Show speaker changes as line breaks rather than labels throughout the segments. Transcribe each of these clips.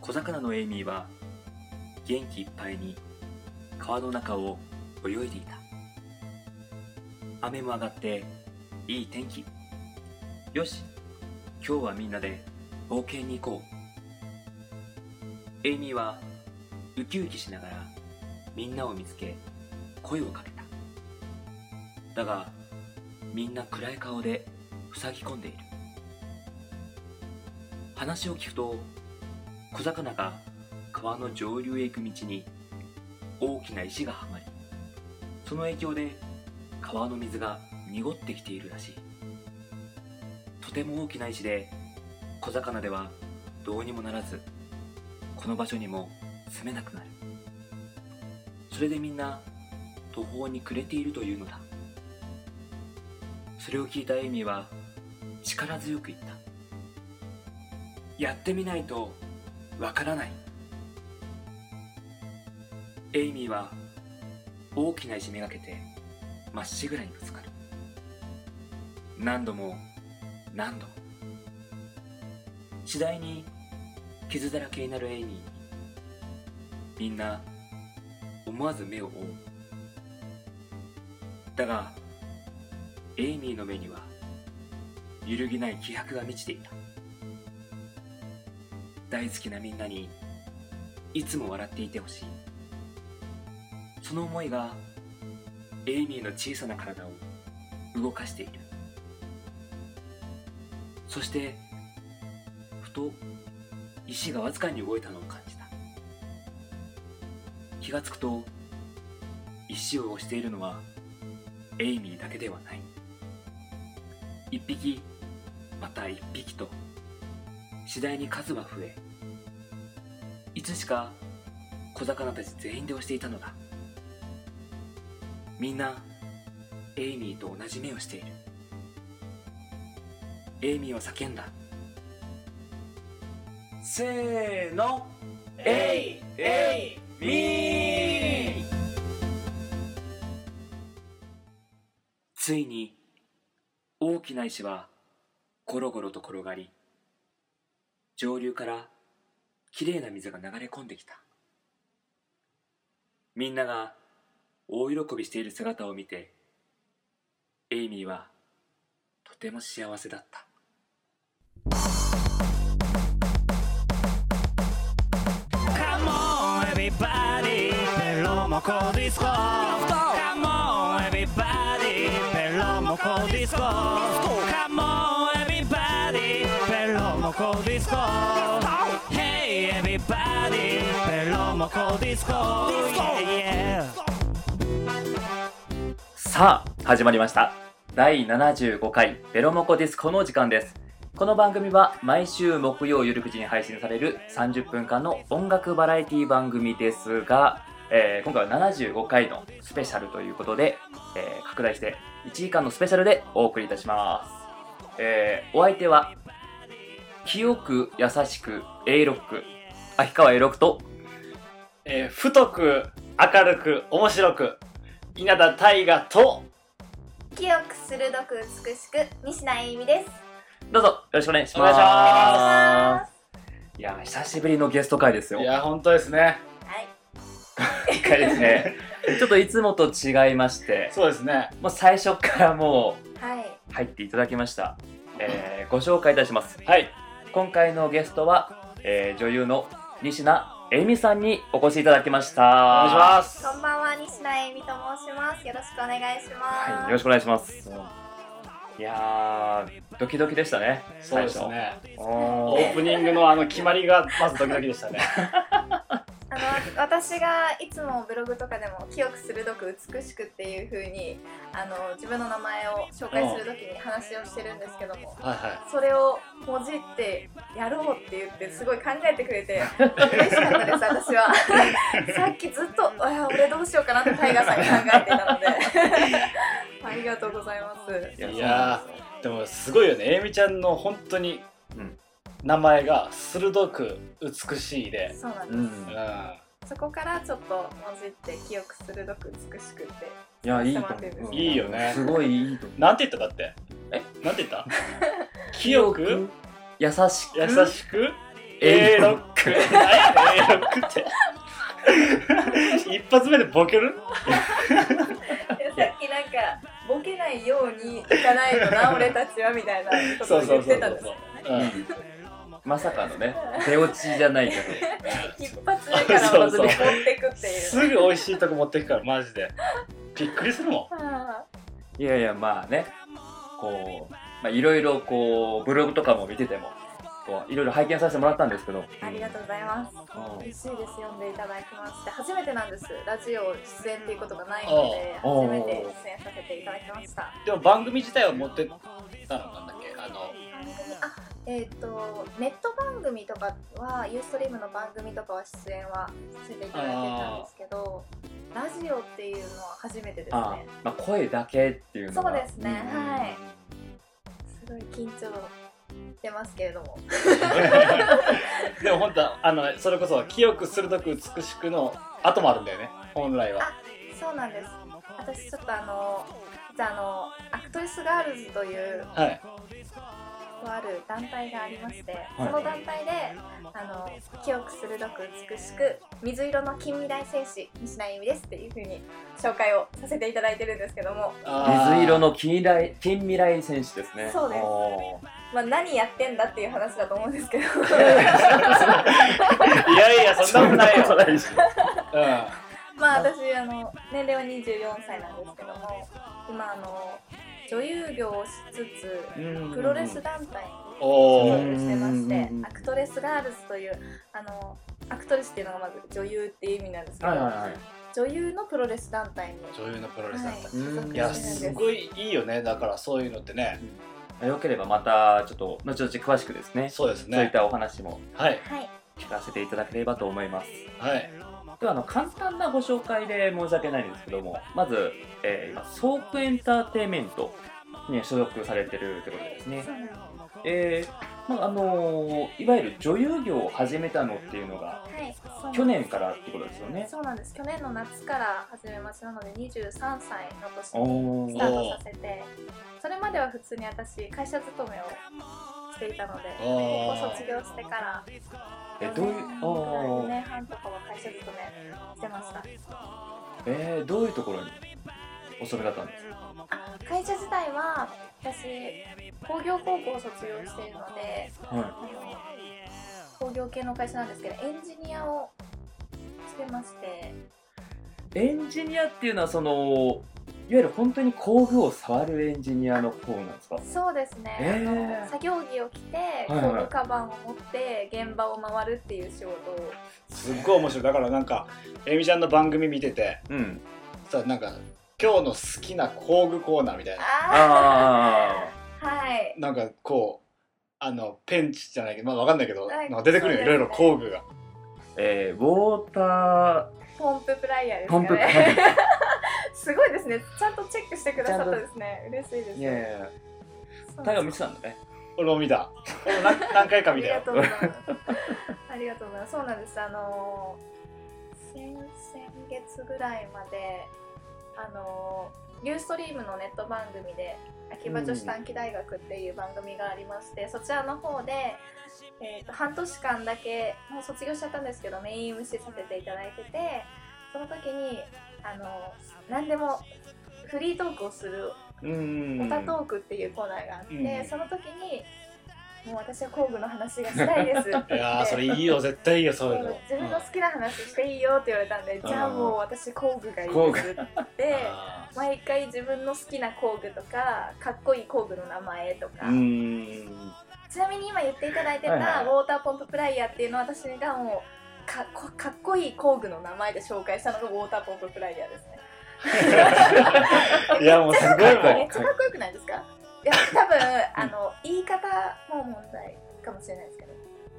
小魚のエイミーは元気いっぱいに川の中を泳いでいた雨も上がっていい天気よし今日はみんなで冒険に行こうエイミーはウキウキしながらみんなを見つけ声をかけただがみんな暗い顔で塞ぎ込んでいる話を聞くと小魚が川の上流へ行く道に大きな石がはまりその影響で川の水が濁ってきているらしいとても大きな石で小魚ではどうにもならずこの場所にも住めなくなるそれでみんな途方に暮れているというのだそれを聞いたエイミーは力強く言ったやってみないとわからないエイミーは大きな石めがけてまっしぐらにぶつかる何度も何度も次第に傷だらけになるエイミーにみんな思わず目を覆うだがエイミーの目には揺るぎない気迫が満ちていた大好きなみんなにいつも笑っていてほしいその思いがエイミーの小さな体を動かしているそしてふと石がわずかに動いたのを感じた気がつくと石を押しているのはエイミーだけではない一匹また一匹と次第に数は増えいつしか小魚たち全員で押していたのだみんなエイミーと同じ目をしているエイミーは叫んだせーのエイエイミーついに大きな石はゴロゴロと転がり上流からきれいな水が流れ込んできたみんなが大喜びしている姿を見てエイミーはとても幸せだった
ペロモコディスコ Come on everybody ペロモコディスコ Come on everybody ペロモコディスコ Hey everybody ペロモコディスコ Yeah yeah
さあ始まりました第75回ベロモコディスコの時間ですこの番組は毎週木曜夜9時に配信される30分間の音楽バラエティ番組ですが、えー今回は75回のスペシャルということで、えー拡大して1時間のスペシャルでお送りいたします、えーお相手は清く優しく A ロック秋川 A ロックと
えー太く明るく面白く稲田大我と
清く鋭く美しく西田えいみです。
どうぞよろしくお願いし
お願
ま
いし
す
ま
はい
やー久しぶりのゲスト会ですよ
いや本当ですね
い。
一回で すねちょっといつもと違いまして
そうですね
もう最初からも
はい。
う入っていただきました、えーご紹介いたします
はい
今回のゲストは、えー女優の西名恵美さんにお越しいただきましたお
お願いします
こんばんは西田えいみと申します。よろしくお願いします。
はい、よろしくお願いしますいやードキドキでしたね
そうです
最初
ね
お
オ
ー
ープニングのあの決まりがまずドキドキでしたね
あの私がいつもブログとかでも清く鋭く美しくっていう風にあの自分の名前を紹介するときに話をしてるんですけども。
はいは
それをもじってやろうって言ってすごい考えてく れて嬉しかったです私は さっきずっと「あ俺どうしようかな」ってタイガーさんに考えてたので ありがとうございます
いいやーでもすごいよねえみちゃんの本当に
うん
名前が鋭く美しいで、
そうなん
う
です、
ん
うん、
そこからちょっともじって清く鋭く美し くって
いやいいと思う
いいよね
すごいいいと思う
なんて言っただって
え
なん て言った清く
優しく
優しく
エイロック
ク。何やねん、エロック って。一発目でボケる
いやさっきなんかボケないようにいかない とな俺たちはみたいなこと
そう
を
そ
言
う
っ
そう
て
そ
たんで
う
すよ。
うん
まさかのね手落ちじゃないけど
一発目からまず持ってくっていう
すぐ美味しいとこ持ってくから、マジで。びっくりするも
あ
いやいやまあねこうまあいろいろこうブログとかも見ててもこういろいろ拝見させてもらったんですけど
ーありがとうございます
うん
嬉しいです読んでいただきまして初めてなんですラジオ出演っていうことがないので
あー
初めて出演させていただきました
ん。でも番組自体は持ってたのなんだっけあ の、
番組あえっ、とネット番組とかはユーストリームの番組とかは出演はさせていただいてたんですけどラジオっていうのは初めてです
あ
ね
まあ声だけっていうのが
そうですね
ん
はいすごい緊張してますけれども
でも本当はあのそれこそ清く鋭く美しくの後もあるんだよね本来は
そうなんです私ちょっとあのじゃあのアクトリスガールズという
はい
とある団体がありまして、
はい
その団体であの清く鋭く美しく水色の近未来戦士西成由美ですっていうふうに紹介をさせていただいてるんですけども、
あー
水色の近未来近未来選手ですね
そうです
お
まあ、何やってんだっていう話だと思うんで すけど
いやいやそんなことないよ
そんなことないし
まあ私あの年齢は24歳なんですけども今あの女優業をしつつ
うん
プロレス団体
お
に所
お
ー
属してまして
うん
アクトレスガールズというあのアクトレスっていうのがまず女優っていう意味なんですけ
ー
ど、
はいはいはい
女優のプロレス団体に
女優のプロレスだった、、
はい所属してるん
うん
や
です
すごいいいよねだからそういうのってね
よければまたちょっと後々詳しくですね
そうです
そういっ
ね
たお話も
はい
はい
聞かせていただければと思います
はい
ではあの簡単なご紹介で申し訳ないんですけどもまず、えー今ソープエンターテインメントに所属されてるということですね
そうなんです
えーまああのーいわゆる女優業を始めたのっていうのが
はいそう
去年からってことですよね
そうなんです去年の夏から始めましたなので23歳の年
お
にス
ー
タートさせてそれまでは普通に私会社勤めをしていたので
お
高
ー
校卒業してから
えどういう
4
おー
年半とかは会社勤めしてました
えーどういうところにお勤めだったんですか
会社自体は私工業高校を卒業しているので
は
あの工業系の会社なんですけどエンジニアをしてまして
いエンジニアっていうのはそのいわゆる本当に工具を触るエンジニアの方なんですか
そうですね、
えー
あの作業着を着て、
はい
工具カバンを持って現場を回るっていう仕事を
すっごい面白いだからなんかえみちゃんの番組見てて
うん
さなんか今日の好きな工具コーナーみたいな
あ
はい
なんかこうあのペンチじゃないけどまあわかんないけど
は
ないんか出てくるよいろいろ工具が
ー、えー、ウォーター
ポンププライヤーです
ポ
か
ンプ
ね すごいですねちゃんとチェックしてくださったですね嬉しいです
いやいやいや
そう
タイガー見てたんだね
俺も見 た俺も何何回か
あ
見
り
た
が
よ
とうございますありがとうございますそうなんですあのー先先月ぐらいまであのーユーストリームのネット番組で秋葉女子短期大学っていう番組がありまして、そちらの方で、えーと半年間だけもう卒業しちゃったんですけどメイン MC させていただいててその時にあのー何でもフリートークをする
うん
オタトークっていうコーナーがあって、
うん
その時にもう私は工具の話がしたいですって言っ
い
て
やーそれいいよ絶対いいよそういうの
自分の好きな話していいよって言われたんで、じゃあもう私工具がい
工
い
具
ですって
あ
毎回自分の好きな工具とかかっこいい工具の名前とか、
うん
ちなみに今言っていただいてた
は
ウ
いはい
ォーターポンププライヤーっていうのは私がもうかっこかっこいい工具の名前で紹介したのがウォーターポンププライヤーですね。
ーいやもうすごいも
めっ
ん
ちゃかっこよくないですかいや多分あの言い方も問題かもしれないですけど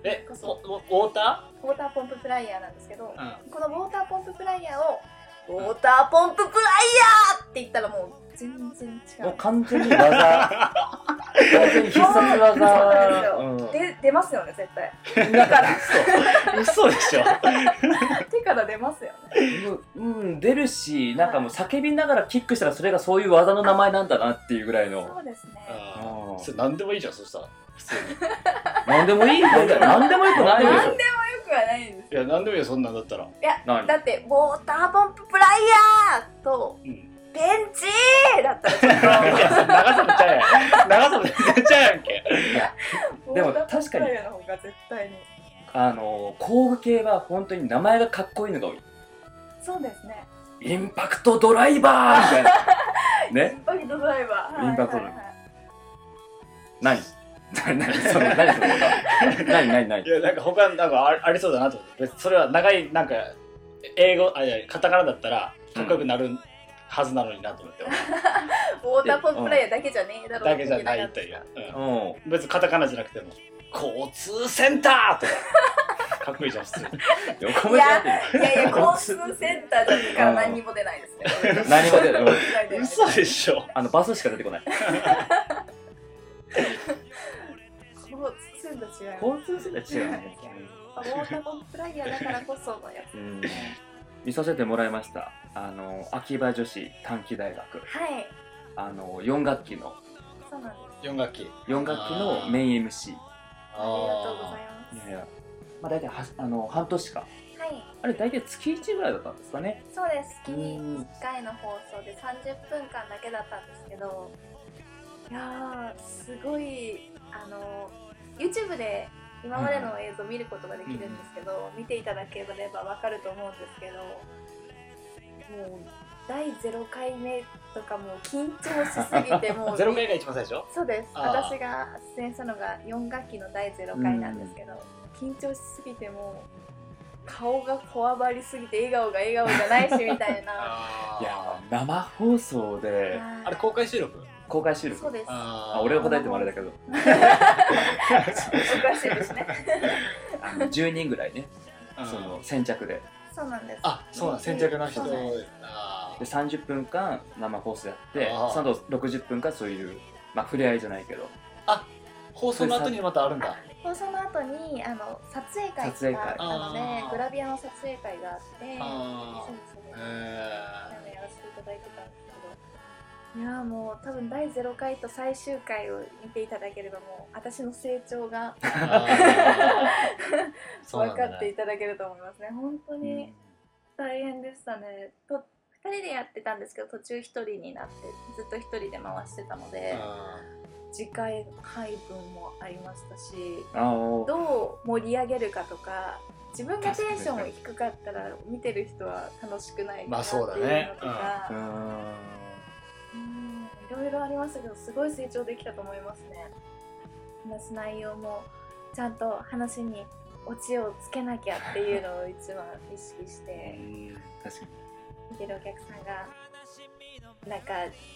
えウォータ
ウォーターポンププライヤーなんですけど、
ー
このウォーターポンププライヤーをウォーターポンププライヤーって言ったらもう全然違
もう
う
完全に技完全に必殺技
そう
うん
で出ますよね絶 対
だから嘘嘘で しょ
手から出ますよね
うんうん出るしなんかもう叫びながらキックしたらそれがそういう技の名前なんだなっていうぐらいの
そうですね
あ
うん
ーそれ何でもいいじゃんそしたら普通に
何でもいいよ何でもよくないでしょ
何でもよくくはないんです
いや、なんでもいいよ、そんなんだったら。
いや
何
だってウォーターポンププライヤーと
うん。
ベンチだったら
いや、それ長さのちゃうやん。長さのちゃうやんけ。
ちょっと
でも
ウォーターポンプ
確か
プ
に
ライヤーの方が絶対に
あの工具系は本当に名前がかっこいいのが多い
そうですね
インパクトドライバーみたいな
イ
ね
ンパクトドライバー
インパクトドライバ
ー
何 何何その何その何何何
いや、なんか他、なんかあありそうだなと思って。別にそれは長い、なんか、英語、あ、いや、カタカナだったら、かっこよくなるはずなのになと思って。
ウォーターポンププライヤーだけじゃねえだろう
だけじゃないと
と
いう。う
うん
ん。別にカタカナじゃなくても、交通センターとか。かっこいいじゃん、普通に。
横文字やってる
いやいや交通センターだから何にも出ないですね
何も出ないうん
嘘でしょ。
あのバスしか出てこない
交通センター違う
交通センター違うね
ウォーターポンププライヤーだからこそのやつ
うん見させてもらいましたあの秋葉女子短期大学
はい
あの4学期の
そうなんです
4学期。
4学期のメイン MC い
ありがとうございます
やいやまあ大体はあの半年か
はい
あれ大体月1ぐらいだったんですかね
そうです
う
月に
ん
1回の放送で30分間だけだったんですけどいやーすごいあの YouTube で今までの映像見ることができるんですけど、見ていただければわかると思うんですけどもう第0回目とかもう緊張しす ぎてもう
ゼロ回が一番最初
そうです
あー
私が出演したのが4学期の第0回なんですけど、緊張しすぎてもう顔がこわばりすぎて笑顔が笑顔じゃないしみた いな。
あ
いや生放送で
はい
あれ公開収録
公開収録
そうです。
あ
あ俺が答えてもあれだけど
おかしいですね。
あの10人ぐらいね
うん
その先着で
そうなんです。
あそうなん先着の人
そうなんで
あ
で30分間生放送やって
あー
その後60分間そういうまあ触れ合いじゃないけど
放送の後にまたあるんだ
放送の後にあの撮影会
撮影
が
会
あったの
あー
でグラビアの撮影会があって、
あ
そうですそうです。
あ
なのでやらせていただいてたんですけど、いやーもう多分第0回と最終回を見ていただければもう私の成長が分かっていただけると思いますね。本当に大変でしたね。と2人でやってたんですけど途中1人になってずっと1人で回してたので。次回配分もありましたし
あー
どう盛り上げるかとか自分がテンション低かったら見てる人は楽しくないか
まあ
なっていう
そう
の
だ
と
ね
うー
か
ん
うんいろいろありましたけどすごい成長できたと思いますね話す内容もちゃんと話にオチをつけなきゃっていうのを一番意識して
確かに
見てるお客さんがなんか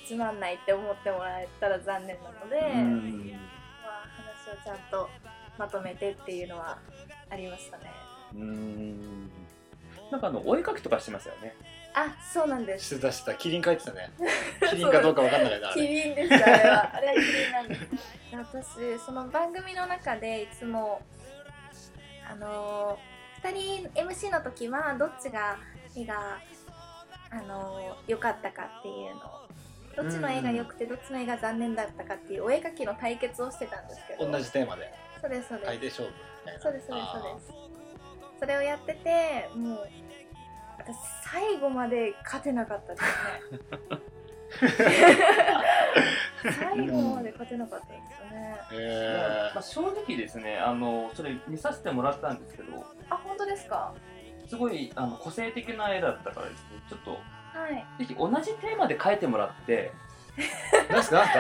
つまんないって思ってもらえたら残念なので。
うーん
まあ、話をちゃんとまとめてっていうのはありましたね。
うーんなんかあのお絵描きとかしてますよね
あ、そうなんです。
出したキリン書いてた ねキリンかどうか分かんないなあ
キ
れ
リンです、あれは。あれはキリンなんです。私、その番組の中でいつも、あのー、2人 MC の時は、どっちが絵が、あのー、良かったかっていうのを。どっちの絵が良くて、どっちの絵が残念だったかっていうお絵描きの対決をしてたんですけど。
同じテーマで
そうです、そうです
相。手勝負みたいな
そうですそうですそうですそれをやっててもう私最後まで勝てなかったですね最後まで勝てなかったですよね
あーへ
まあ、正直ですねあのそれ見させてもらったんですけど
あ本当ですか
すごいあの個性的な絵だったからですねちょっと
は
ぜ
い
ひ同じテーマで描いてもらって
え何すか何すか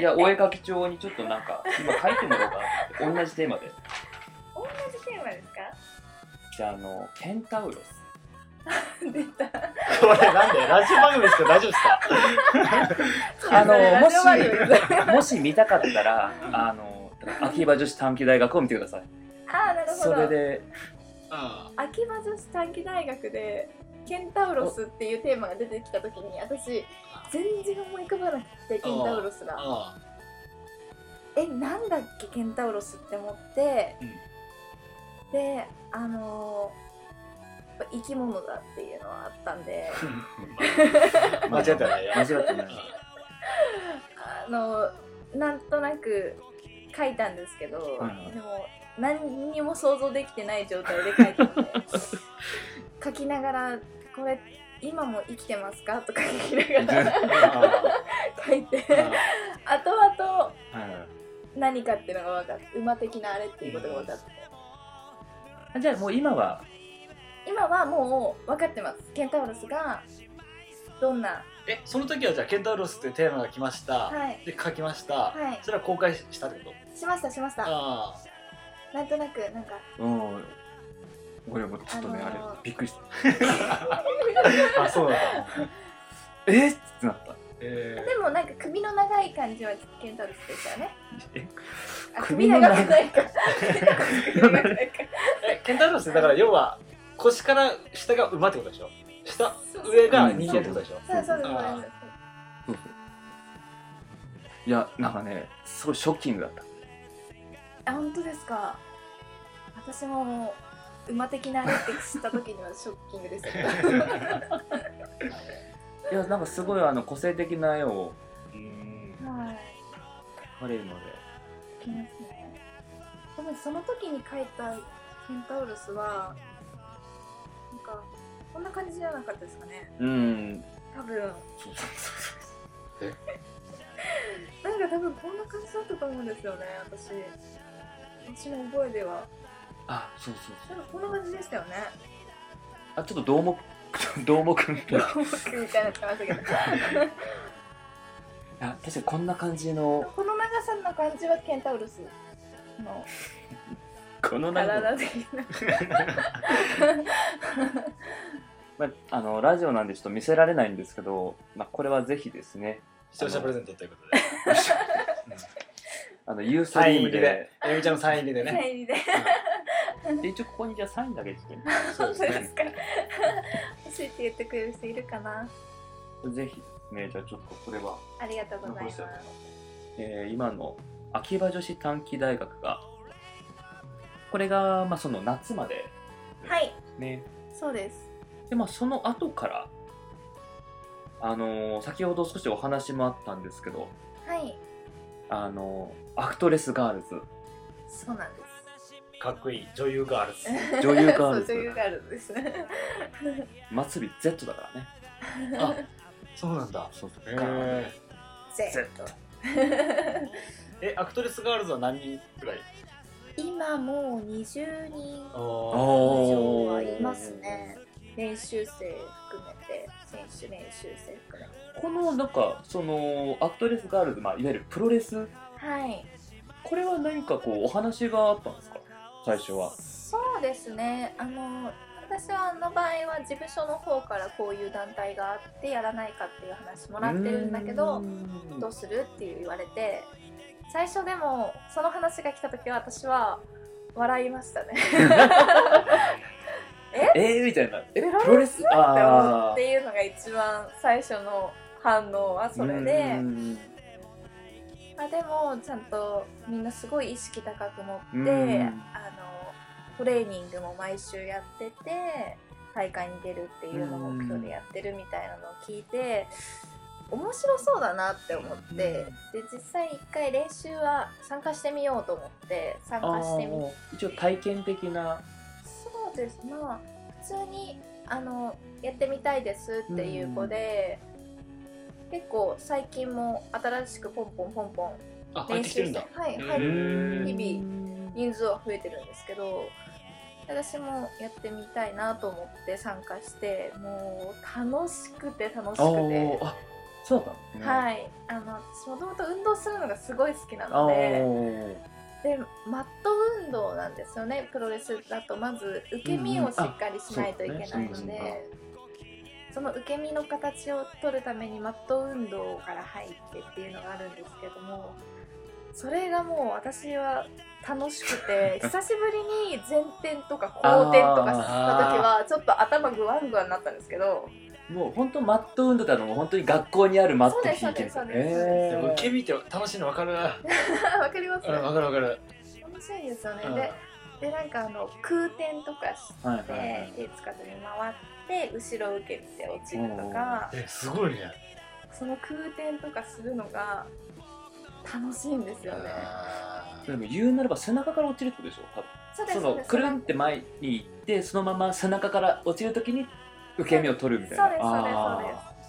い やお絵描き帳にちょっとなんか今描いてもらおうかなと思って同じテーマで
同じテーマですか
じゃああのケンタウロス
出 た
これなんでラジオ番組ですけど大丈夫ですか
あのも
ラジオ番組です
しもし見たかったらあの秋葉女子短期大学を見てください
あーなるほ
そ
ど
れで
あ
秋葉女子短期大学でケンタウロスっていうテーマが出てきた時に私全然思い浮かばなくてケンタウロスが
あ
えなんだっけケンタウロスって思って、
うん
であのーやっぱ生き物だっていうのはあったんで
間違ってはないよ
間違ってない
あのーなんとなく書いたんですけど、
はいはい
でも何にも想像できてない状態で書いた ので書きながら「これ今も生きてますか?」とか書きながら書いて後々何かっていうのが分かって馬的なあれっていうことが分かって
あじゃあもう今は
今はもう分かってますケンタウロスがどんな
えその時はじゃあケンタウロスっていうテーマが来ました、
はい
で書きました、
はい
それは公開したってこと
しましたしました
ああ
なんとなくなんか
うん俺もちょっとね、
あのー
あれびっくりしたあそうだえっってなった
え
でもなんか首の長い感じはケンタウロスでしたよね
え
あ首
首の
長
長い
くないか 首長くないか
ーえケンタウロスってだから要は腰から下が馬ってことでしょ下
そうそう
上が人間ってことでしょ
そうそうそう
あー
そうそういやなんかねすごいショッキングだった
あ本当ですか私ももう馬的なあれって知った時にはショッキングでしたけど
いやなんかすごいあの個性的な絵を
うん
はい
描かれるので
いきますね多分その時に描いたケンタウロスはなんかこんな感じじゃなかったですかね
うん
多分
そうそうそうそう
なんか多分こんな感じだったと思うんですよね私私の覚えでは
あそうそうそう
なんかこんな感じでしたよね
あちょっとどうもどうもくんみ たいない
みたいなってましたけど
や確かにこんな感じの
この長さの感じはケンタウロスの
このなんか
体的な
まあ、あのラジオなんでちょっと見せられないんですけど、まあ、これはぜひですね
視聴者プレゼントということで
あのユースト
サイ
リ
ン
ー
入
ムで
りでえみちゃんのサイン入りでね
サインで
で一応ここにじゃあサインだけして
本当ですか欲しいって言ってくれる人いるかな
ぜひねじゃあちょっとこれは
ありがとうござい
残
ま
し
す
ておきます、えー今の秋葉女子短期大学がこれが、まあ、その夏まで
はい
ね
そうです
でまあその後からあのー先ほど少しお話もあったんですけど
はい
あのーアクトレスガールズ
そうなんです
かっこいい女優ガールズ
女優ガールズ
そう女優ガールズですね
末尾 Z だからね
あ そうなんだ
そうそうガール
え
ゼ
えアクトレスガールズは何人くらい
今もう20人
あ
以上
お
は
ー
いますね練習生含めて選手練習生含めて
このなんかそのアクトレスガールズ、まあ、いわゆるプロレス
はい
これは何かこうお話があったんですか最初は
そうですねあの私はあの場合は事務所の方からこういう団体があってやらないかっていう話もらってるんだけどどうするって言われて最初でもその話が来た時は私は笑いましたね
えー、みたいなえ
プロレス
プロレスあー
っていうのが一番最初の反応はそれで
うん
まあでもちゃんとみんなすごい意識高く持
う
って
ん
あのトレーニングも毎週やってて大会に出るっていうのを目標でやってるみたいなのを聞いて面白そうだなって思ってで実際一回練習は参加してみようと思って参
あ
加して
ー
み
もう一応体験的な
そうですまあ普通にあのやってみたいですっていう子で、結構最近も新しくポンポンポンポン
あ入ってきてるんだ
はい、
うん
はい
うん
日々人数は増えてるんですけど私もやってみたいなと思って参加してもう楽しくて楽し
あ
くて
ーあそうだったのね
はいあの私もともと運動するのがすごい好きな
あ
ので
ー
でマット運動なんですよねプロレスだとまず受け身をしっかりしないといけない
うんう
の
んあ
でその受け身の形を取るためにマット運動から入ってっていうのがあるんですけどもそれがもう私は楽しく て久しぶりに前転とか後転とかした時はちょっと頭グワングワンになったんですけど
もう本当マット運動ってあの本当に学校にあるマット引いてるん
そうですそうですそうです
え
で
ー
も受け身って楽しいの分かるう
わかります
ん分かる分かる
楽しいですよね
うん
ででなんかあの空転とかして
はいはいはい
で手つかずに回って後ろ受けて落ちるとか
えすごいね
その空転とかするのが楽しいんですよね
あ
でも言うならば背中から落ちるってことでしょ多分
そうです
そ
そう
の
です
くるんって前に行ってそのまま背中から落ちるときに受け身を取るみたいな
そうですそうです
あー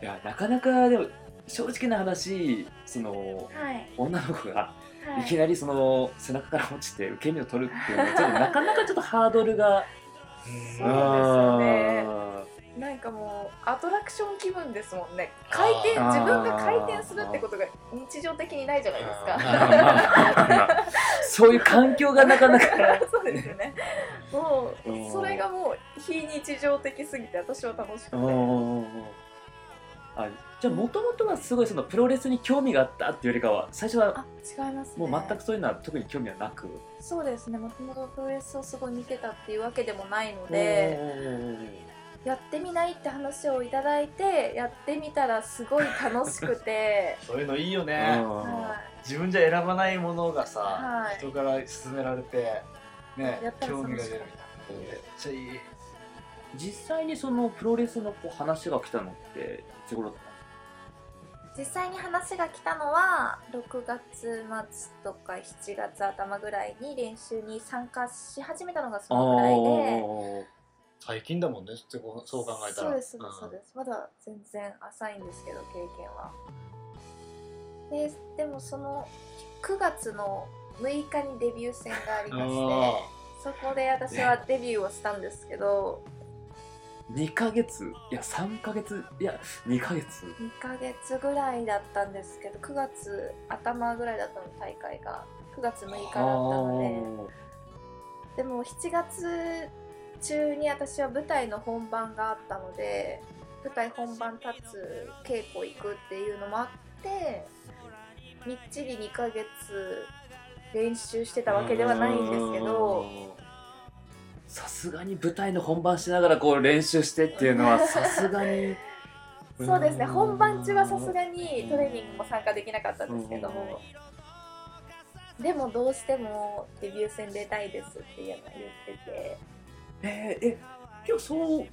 いやなかなかでも正直な話その
はいはい
女の子がいきなりその背中から落ちて受け身を取るっていうのはちょっとなかなかちょっとハードルが
そうです
うん
よねなんかもうアトラクション気分ですもんね回転
あー
自分が回転するってことが日常的にないじゃないですか
まあまあまあまあそういう環境がなかなか
そうですよねも
うん
うそれがもう非日常的すぎて私は楽しくて
うんうんうんあじゃあもともとはすごいそのプロレスに興味があったっていうよりかは最初は
あ違いますね
もう全くそういうのは特に興味はなく
そうですねもともとプロレスをすごい見てたっていうわけでもないので
で
やってみないって話をいただいてやってみたらすごい楽しくて
そういうのいいよね
あ
はい
自分じゃ選ばないものがさ、
はい
人から勧められてね
やっぱり
興味が
そ
出
の
るみたいなめっちゃいい
実際にそのプロレスのこう話が来たのっていつ頃だったんですか
実際に話が来たのは6月末とか7月頭ぐらいに練習に参加し始めたのがそのぐらいで
最近だもんねそう考えたら
そうですそうですそうですまだ全然浅いんですけど経験はででもその9月の6日にデビュー戦がありましてそこで私はデビューをしたんですけど
2ヶ月いや3ヶ月いや2ヶ月
2ヶ月ぐらいだったんですけど9月頭ぐらいだったの大会が9月6日だったので。でも7月中に私は舞台の本番があったので舞台本番立つ稽古行くっていうのもあってみっちり2ヶ月練習してたわけではないんですけど
さすがに舞台の本番しながらこう練習してっていうの はさすがにうん
そうですね本番中はさすがにトレーニングも参加できなかったんですけどもでもどうしてもデビュー戦出たいですっていうのは言ってて。
えー、え今日そう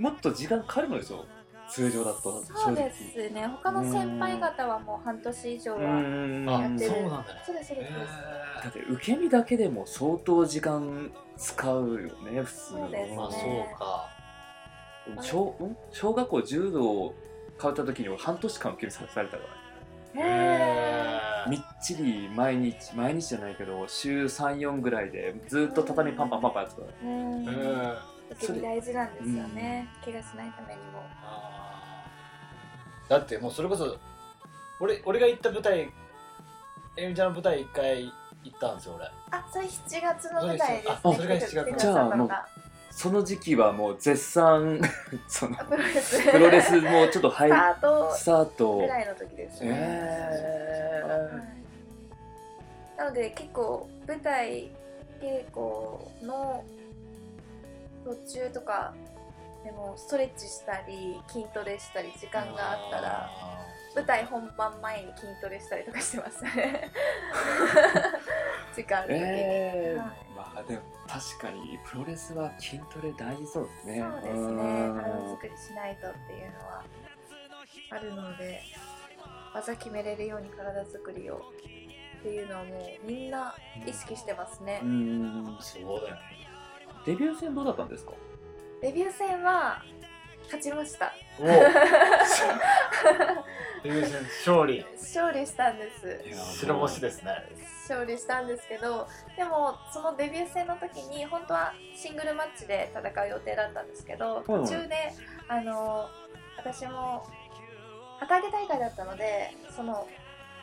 もっと時間かかるのでしょ通常だと
そうですね他の先輩方はもう半年以上
う
は
ん
あ
やってる
そうなんだね
そうですそうですそうです
だって受け身だけでも相当時間使うよね普通
そうですね
まあ
は
そうか
小ん小学校柔道を通った時に俺半年間受け身させられたから
へ
ねみっちり毎日毎日じゃないけど週34ぐらいでずっと畳パンパンパンパンやってた
ーうん
うん
受け身大事なんですよね、怪我しないためにも
あーだってもうそれこそ俺俺が行った舞台えみちゃんの舞台一回行ったんですよ俺
あそれ7月の舞台ですね
あそれが7月
テ
じゃあもう
テナさんが
その時期はもう絶賛 その
あプロレス
プロレスもちょっと入
ス
る
タート
スタート
ぐらいの時ですね、
え
はいなので結構舞台稽古の途中とかでもストレッチしたり筋トレしたり時間があったら舞台本番前に筋トレしたりとかしてまし たね時間ある時に、
えー
はい
まあでも確かにプロレスは筋トレ大事そうですね
そうです
う
ね
ん
体作りしないとっていうのはあるので技決めれるように体作りをっていうのはもうみんな意識してますね、
うん
そうだよね
デビュー戦どうだったんですか
デビュー戦は勝ちました
お お優先勝利
勝利したんです
いや
白星ですね
勝利したんですけどでもそのデビュー戦の時に本当はシングルマッチで戦う予定だったんですけど
はいはい
途中であの私も旗揚げ大会だったのでその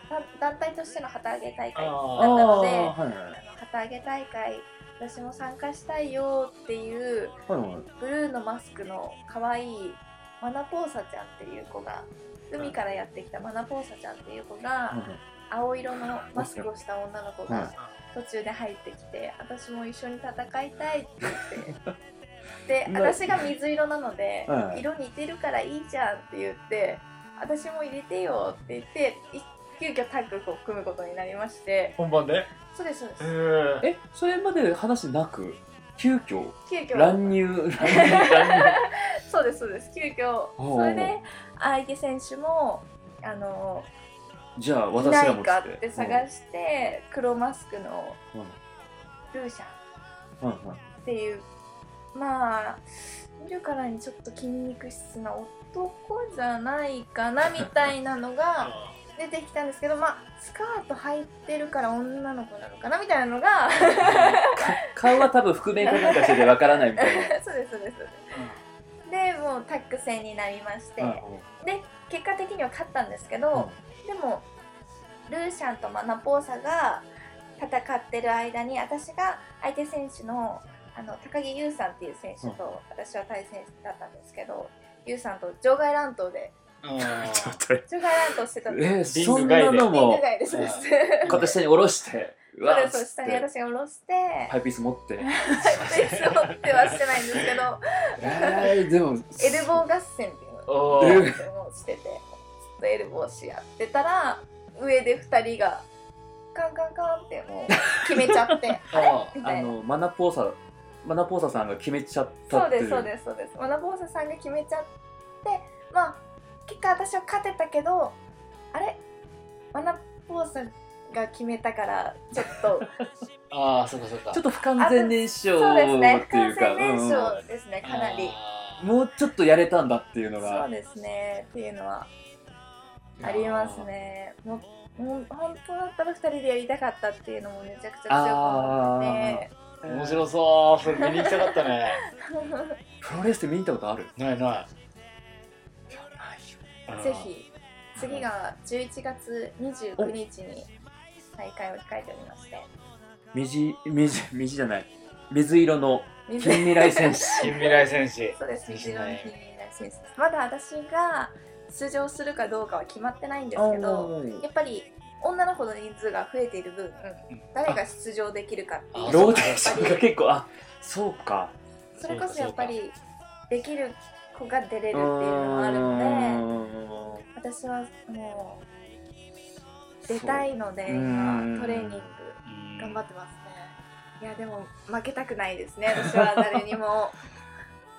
団団体としての旗揚げ大会だっ
あ
た
ー
ので
はいはい
あの旗揚げ大会私も参加したいよっていう
はいはい
ブルーのマスクの可愛いマナポーサちゃんっていう子が海からやってきたマナポーサちゃんっていう子が。青色のマスクをした女の子
はい
が途中で入ってきて私も一緒に戦いたいって言ってで
な
私が水色なので
はい
色似てるからいいじゃんって言って私も入れてよって言ってい急遽タッグを組むことになりまして
本番で
そうですそうです
え
えそれまで話なく急遽
急遽
乱入乱入乱
そうですそうです急遽
おう
それで相手選手もあの
入じゃあ
い
私
な
ら
い
も
か
つ
って探して、黒マスクの
うん
ルーシャン
うんうんうん
っていうまあ見るからにちょっと筋肉質な男じゃないかなみたいなのが出てきたんですけどまあスカート履いてるから女の子なのかなみたいなの が
顔は多分覆面かなんかしててわからないみたいな。
そうですそうですでもうタッグ戦になりま して、結果的には勝ったんですけど、でもルーシャンとマナポーサが戦ってる間に私が相手選手のあの高木優さんっていう選手と私は対戦だったんですけど、優さんと場外乱闘で
ちょっと
場外乱闘してたんです
えー、
リ
そ
ング
ん
外で
なの
リング
も、
外です
うん
です
こうやって下に下ろして、 うわ
そ
ー
れ
っ
と
つっ
下に
て、
私が下ろして
パイピース持 って。
ベースを持ってはしてないんですけど
えー、でも、
エルボー合戦っていうのを
お
え
ー
ー
もうしててずっとエルボーし合ってたら上で2人がカンカンカンってもう決めちゃって
あ
みた
あ
いな
の、マナポーサ、マナポーサさんが決めちゃった
そう
ってい
で
う。
すそうですそうですマナボーサさんが決めちゃってまあ結果私は勝てたけどあれマナボーサが決めたからちょっ と
あーそうかそうか
ちょっと不完全燃焼
そうですね
っ
不
てい
完
うか、
全燃
うん
焼ですねかなり
あー
もうちょっとやれたんだっていうの
そう
が、
ですねっていうのはありますねもうもう本当だったら2人でやりたかったっていうのもめちゃくちゃ強く思って
あー面白そうそれ見に行きたかったね
プロレスって見に行ったことある
ないない
いやないよ
うん
ぜひ次が11月29日に大会を控えておりまして
水水水じゃない水色の
水
近未来戦士
近未来戦士
そうです水
西
色
野
の
ね
日になりそうですまだ私が出場するかどうかは決まってないんですけどやっぱり女の子の人数が増えている分、誰が出場できるかっていう
あ
ロー
そう
テ
か
ーションが結構あそうか
それこそやっぱりできる子が出れるっていうのもあるので私はもう出たいので
そううん
今トレーニング頑張ってますねいやでも負けたくないですね私は誰にも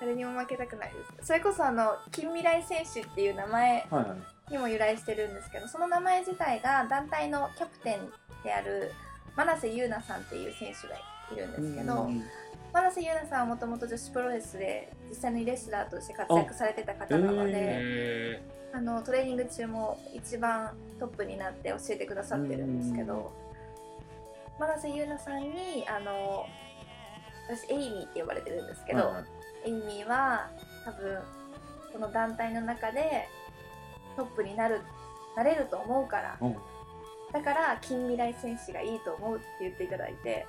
誰にも負けたくないですそれこそあの近未来選手っていう名前
はいはい
にも由来してるんですけどその名前自体が団体のキャプテンである真瀬優奈さんっていう選手がいるんですけど、
うん
真瀬優奈さんはもともと女子プロレスで実際にレスラーとして活躍されてた方なので、
へ
あのトレーニング中も一番トップになって教えてくださってるんですけど真瀬優奈さんにあの私エイミーって呼ばれてるんですけ
は
ど、
いはい
エイミーは多分この団体の中でトップになるなれると思うから、
うん
だから近未来戦士がいいと思うって言っていただいて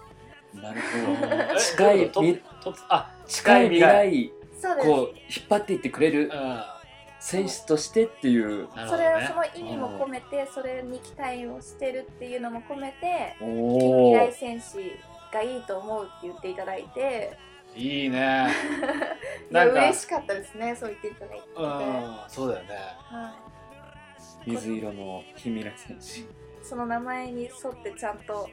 なる
ー
ほど
えど
近
う
いう
こと
み
ととあ
近
近
い
い
未
未来
来
そうです
こう引っ張っていってくれる
うんな
選手としてっていう
る
そ
ほど
れは
ね
その意味も込めてそれに期待をしてるっていうのも込めて近
お
未
ー
来戦士がいいと思うって言っていただいて
いいね
いや
なんか
嬉しかったですねそう言っていただいて、は
うんそうだよね
水色の近未来戦士
い、その名前に沿ってちゃんと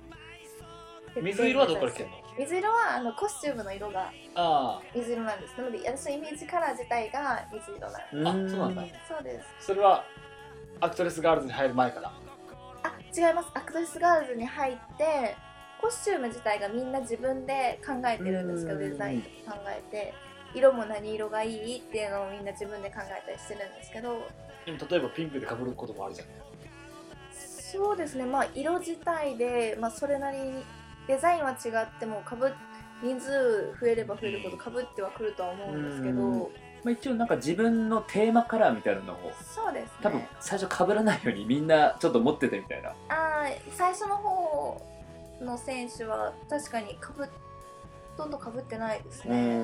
水色はどこから来てんの
水色はあのコスチュームの色が
あ
水色なんですなので私のイメージカラー自体が水色なんです
ああそうなんだ
そうです
それはアクトレスガールズに入る前から
あ違いますアクトレスガールズに入ってコスチューム自体がみんな自分で考えてるんですけど
うん
デザインとか考えて色も何色がいいっていうのをみんな自分で考えたりしてるんですけど
でも例えばピンクで被ることもあるじゃん
そうですねまあ色自体で、まあ、それなりにデザインは違ってもかぶ人数増えれば増えるほどかぶってはくるとは思うんですけ
う
ど
まあ、一応なんか自分のテーマカラーみたいなのを
そうですね
多分最初被らないようにみんなちょっと持っててみたいな
あー最初の方の選手は確かにかぶほとんどかぶってないですね、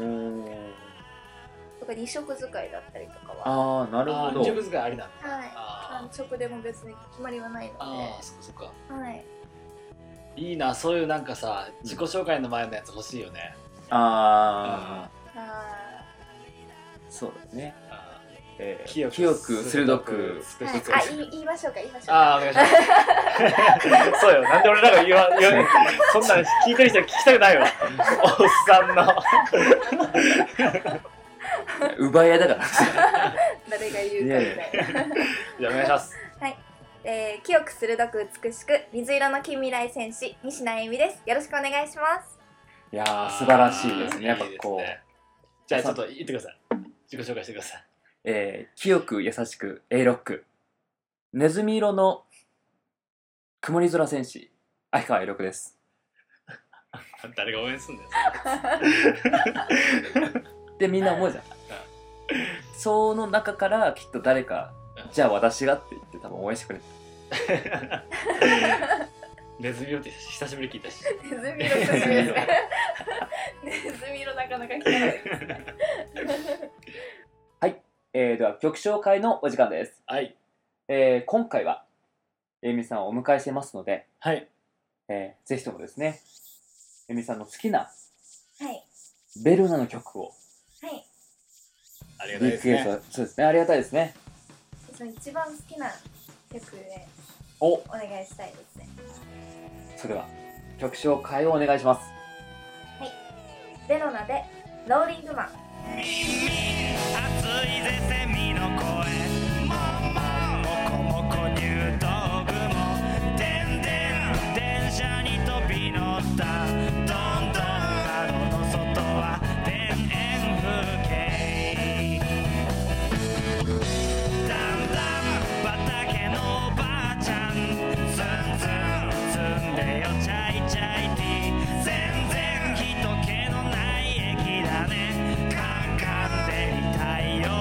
とか二色使いだったりとかは
ああなる
あ
ほ
ー二色
ど
使いありなんだ
はい
あ
単色でも別に決まりはないの
ー
で
あーそっかそっか
はい
いいなそういうなんかさ自己紹介の前のやつ欲しいよね
ああ
あ
そうだね、
あ
えー
ー
清く鋭く
ス
ー
ペ
は
シ
い
ャル
あ言い言いましょうか言いましょうか
ああ、お願いします。 そうよ。なんで俺らが言わ、言わ、そんなん聞いてる人は聞きたくないよ。おっさんの。
奪い合いだから
誰が言うかみたいな
じゃあ、お願いします。
はい、えー、清く鋭く美しく水色の近未来戦士西名恵美ですよろしくお願いします
いやー素晴らしいですねやっぱこう
いいですねじゃあちょっと言ってください自己紹介してください
えー清く優しく A ロックネズミ色の曇り空戦士秋川 A ロックです
あ誰が応援すんだよ
ってみんな思うじゃんその中からきっと誰か
うん
じゃあ私がって言って多分応援してくれる
それネズミよって久しぶりに聞いたし
ネズミ色久しぶりですねネズミ色なかなか聞かないですね
えーでは曲紹介のお時間です、
はい
えー今回はえみさんをお迎えしてますので、
はい
えーぜひともですねえみさんの好きな
はい
ベルナの曲を
はい
あり
リ
が
ク
たい
エ
で
ス
す
ト、
ね
そうですねありがたいですね
その一番好きな曲で
お
お願いしたいですね
それでは曲紹介をお願いします
ベロナでローリングマン
いぜセミの声もももこもこ入道具もでんでん電車に飛び乗ったどんどん窓の外は田園風景だんだん畑のおばあちゃんズンズン積んでよチャイチャイティー全然人気のない駅だねカンカンで太陽が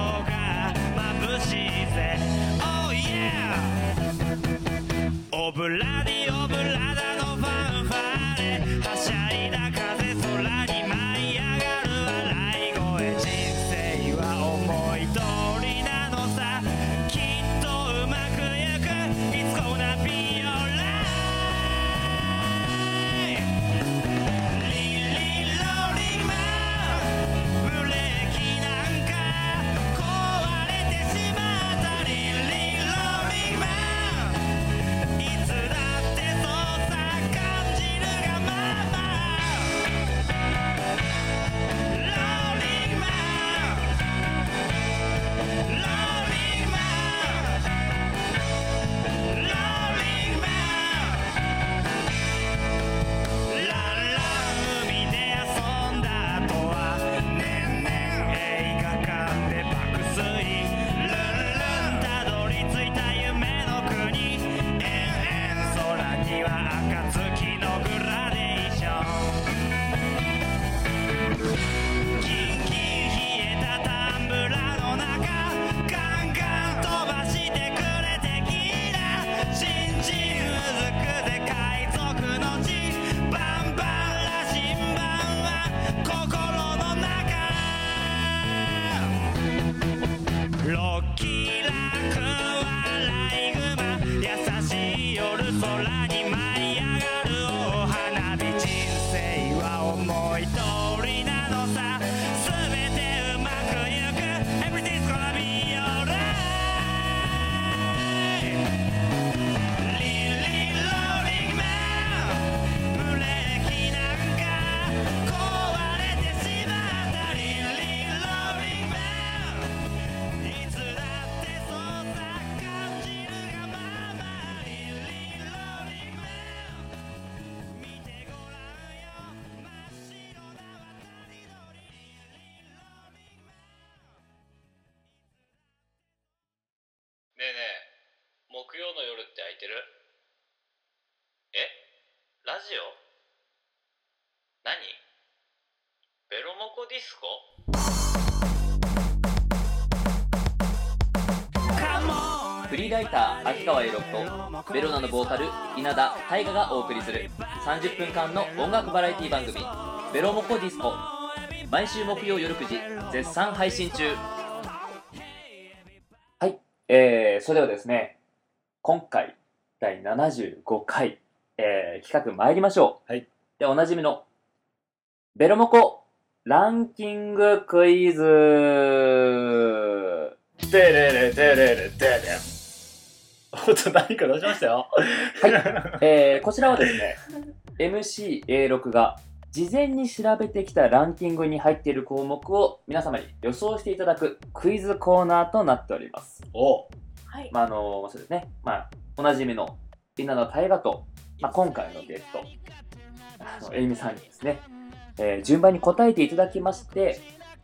眩しいぜ Oh yeah! オブラディオブラダのファンファーレはしゃいだ風空に舞い上がる笑い声人生は思い通りなのさきっとうまくいく It's gonna be alright リリロリマンブレーキなんか壊れてしまったリリロリマンいつだってそうさ感じるがままローリングマンローリングマンローリングマンララ海で遊んだ後はねんねん映画館で爆睡ルンルンたどり着いた夢の国えんえん空には暁のグラデーションキンキン冷えたタンブラーの中ガンガン飛ばしてくれてきな新人うずくで海賊の地バンバン羅針盤は心の中ロッキーラクはライグマ優しい夜空に舞い上がるお花火人生は思い通りなのさ全てうまくいく Everything's gonna be alright リリローリングマンブレーキなんか壊れてしまったリリローリングマンいつだってそうさ感じるがままリリロリマン見てごらんよ真っ白な渡り鳥
ねえねえ木曜の夜って空いてるえラジオ何ベロモコディスコ
フリーライター秋川栄六とベロナのボーカル稲田大我がお送りする30分間の音楽バラエティ番組「ベロモコディスコ」毎週木曜夜9時絶賛配信中はいえー、それではですね今回第75回、えー企画参りましょう
はい
でおなじみの「ベロモコランキングクイズ」
テレレテレレテレ おっと何か出しましたよ
えーこちらはですね MCA6 が事前に調べてきたランキングに入っている項目を皆様に予想していただくクイズコーナーとなっております。
お
はい
まああのそうですね、まあ、おなじみの稲田大河と、まあ、今回のゲスト、あのえりみさんにですね、えー順番に答えていただきまして、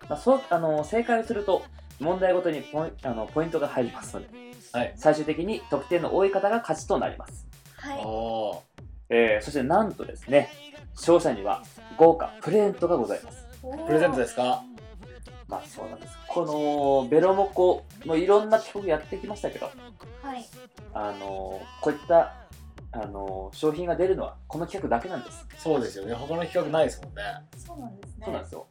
まあ、そうあの正解をすると問題ごとにポイあのポイントが入りますので、
はい
最終的に得点の多い方が勝ちとなります。
はい。
おー
えーそしてなんとですね、勝者には豪華プレゼントがございます。
プレゼントですか
まあそうなんです。このベロモコのいろんな企画やってきましたけど、
はい。
あのこういったあの商品が出るのはこの企画だけなんです。
そうですよね他の企画ないですもんね
そうなんですね。
そうなんですよ。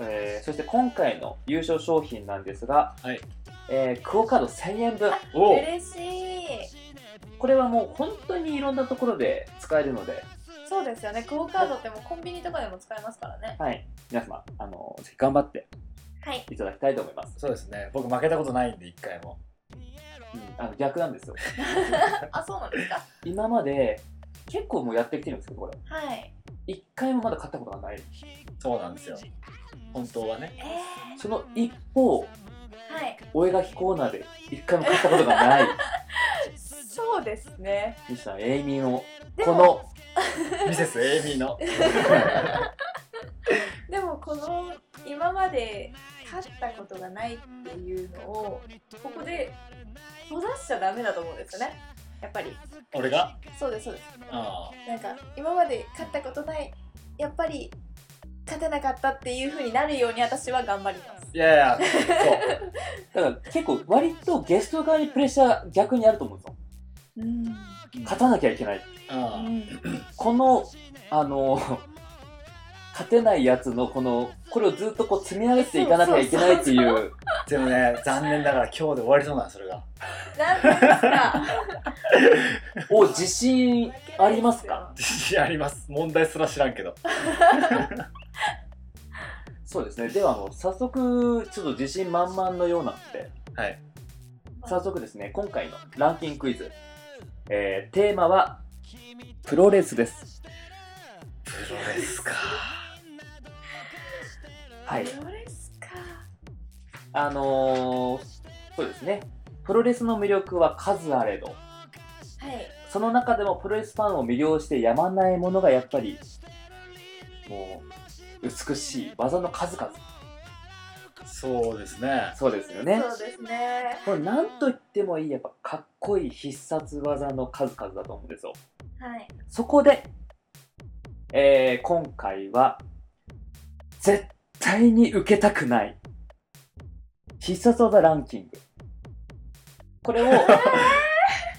えーそして今回の優勝商品なんですが、
はい
えークオ・カード1000円分
おお
嬉しい。
これはもう本当にいろんなところで使えるので、
そうですよね。クオカードってもうコンビニとかでも使えますからね。
はい、皆様あのぜひ頑張って
はい。
いただきたいと思います、
そうですね僕負けたことないんで一回も
うん、あの逆なんですよ
あ、そうなんですか。
今まで結構もうやってきてるんですけどこれ
はい。
一回もまだ買ったことがない
そうなんですよ本当はね
えー、
その一方
はい。
お絵描きコーナーで一回も買ったことがない
そうですね。
西さんエイミーの
で
こ
も
の
ミセス AB の
でもこの今まで勝ったことがないっていうのをここで閉ざしちゃダメだと思うんですよねやっぱり
俺が
そうですそうです
あ
なんか今まで勝ったことないやっぱり勝てなかったっていう風になるように私は頑張ります
ーいやいやそう
だから結構割とゲスト側にプレッシャー逆にあると思うんですよ
うん
勝たなきゃいけない
うん
このあの勝てないやつのこのこれをずっとこう積み上げていかなきゃいけないっていう
でもね残念ながら今日で終わりそうなんそれが
なんですか
お自信ありますか
やります問題すら知らんけど
そうですねではもう早速ちょっと自信満々のようなので
はい
早速ですね今回のランキングクイズ、えーテーマはプロレスです
プロレスか
はい
プロレスか
あのーそうですねプロレスの魅力は数あれど
はい
その中でもプロレスファンを魅了してやまないものがやっぱりもう美しい技の数々
そうですね
そうですよね
そうですね
これなんと言ってもいいやっぱかっこいい必殺技の数々だと思うんですよ
はい
そこで、えー今回は絶対に受けたくない必殺技ランキングこれを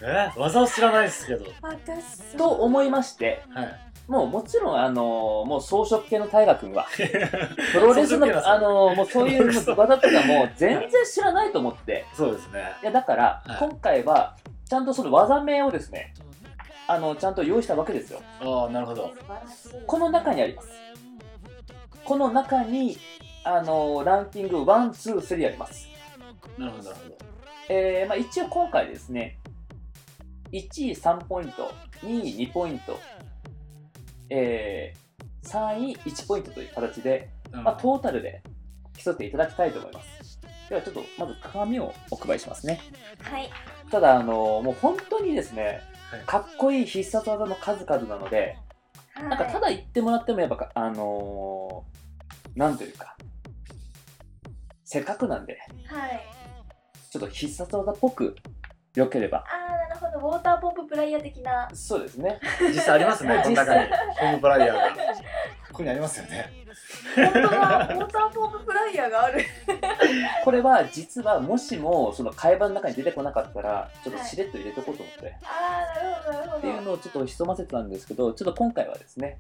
え技を知らないですけど
私
と思いまして
はい
もうもちろん、あのもう装飾系の大河君は、プロレスの
装飾系なんです、ね
あのもうそういうも
そう
う技とかもう全然知らないと思って、
そうですね
いや、だから
はい、
今回は、ちゃんとその技名をですね、あの、ちゃんと用意したわけですよ。
ああなるほど
素晴らしい
この中にあります。この中に、あのランキング1、2、3あります。
なるほどなるほど
えーまあ、一応今回ですね、1位3ポイント、2位2ポイント、えー3位1ポイントという形で、
うん
まあ、トータルで競っていただきたいと思います。ではちょっとまず鏡をお配りしますね。
はい
ただ、あのもう本当にですね
はい、
かっこいい必殺技の数々なので、
な
なんかただ言ってもらってもやっぱか、あのーなんというか、せっかくなんで、
はい
ちょっと必殺技っぽく良ければ。
ああなるほどウォーターポンププライヤー的な
そうですね。
実際ありますねこの中にホームプライヤーがここにありますよね
本当だウォーターポンププライヤーがある
これは実はもしもその会話の中に出てこなかったらちょっとしれっと入れとこうと思って、っ
ああなるほ
て
どないる
う
ほど
のをちょっと潜ませてたんですけどちょっと今回はですね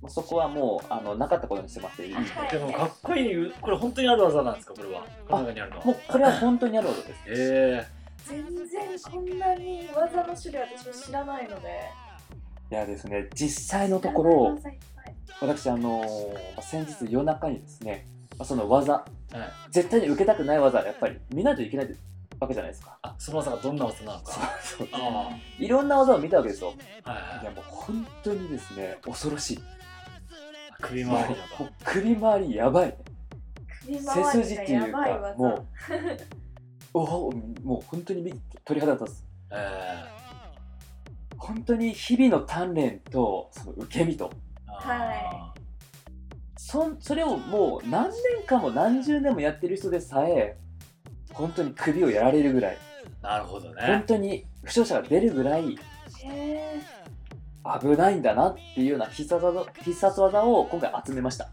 もうそこはもうあのなかったことにしてもらっていい、
はい
でもかっこいいこれ本当にある技なんですかこれはこの中にあるの
もうこれは本当にあることです
え
全然こんなに技の種類私は知らないので
いやですね実際のところ
知らない技いっぱい
私あのー先日夜中にですねまあその技、
はい
絶対に受けたくない技はやっぱり見ないといけないわけじゃないですか
あその技がどんな技なのか
そう
ああ
いろんな技を見たわけですよ
はい
い
は
や
い
もう本当にですね恐ろしい
首回りと
も
か
う首周りやばい
首
背
回
筋
り
っ
が
てい
や
う
ばい
か
技
もうおおもう本当に目に鳥肌立つ
え
本当に日々の鍛錬とその受け身と
は
そんそれをもう何年間も何十年もやってる人でさえ本当に首をやられるぐらい
なるほど
本
ね。
当に負傷者が出るぐらい
へ
危ないんだなっていうような必殺技必殺技を今回集めました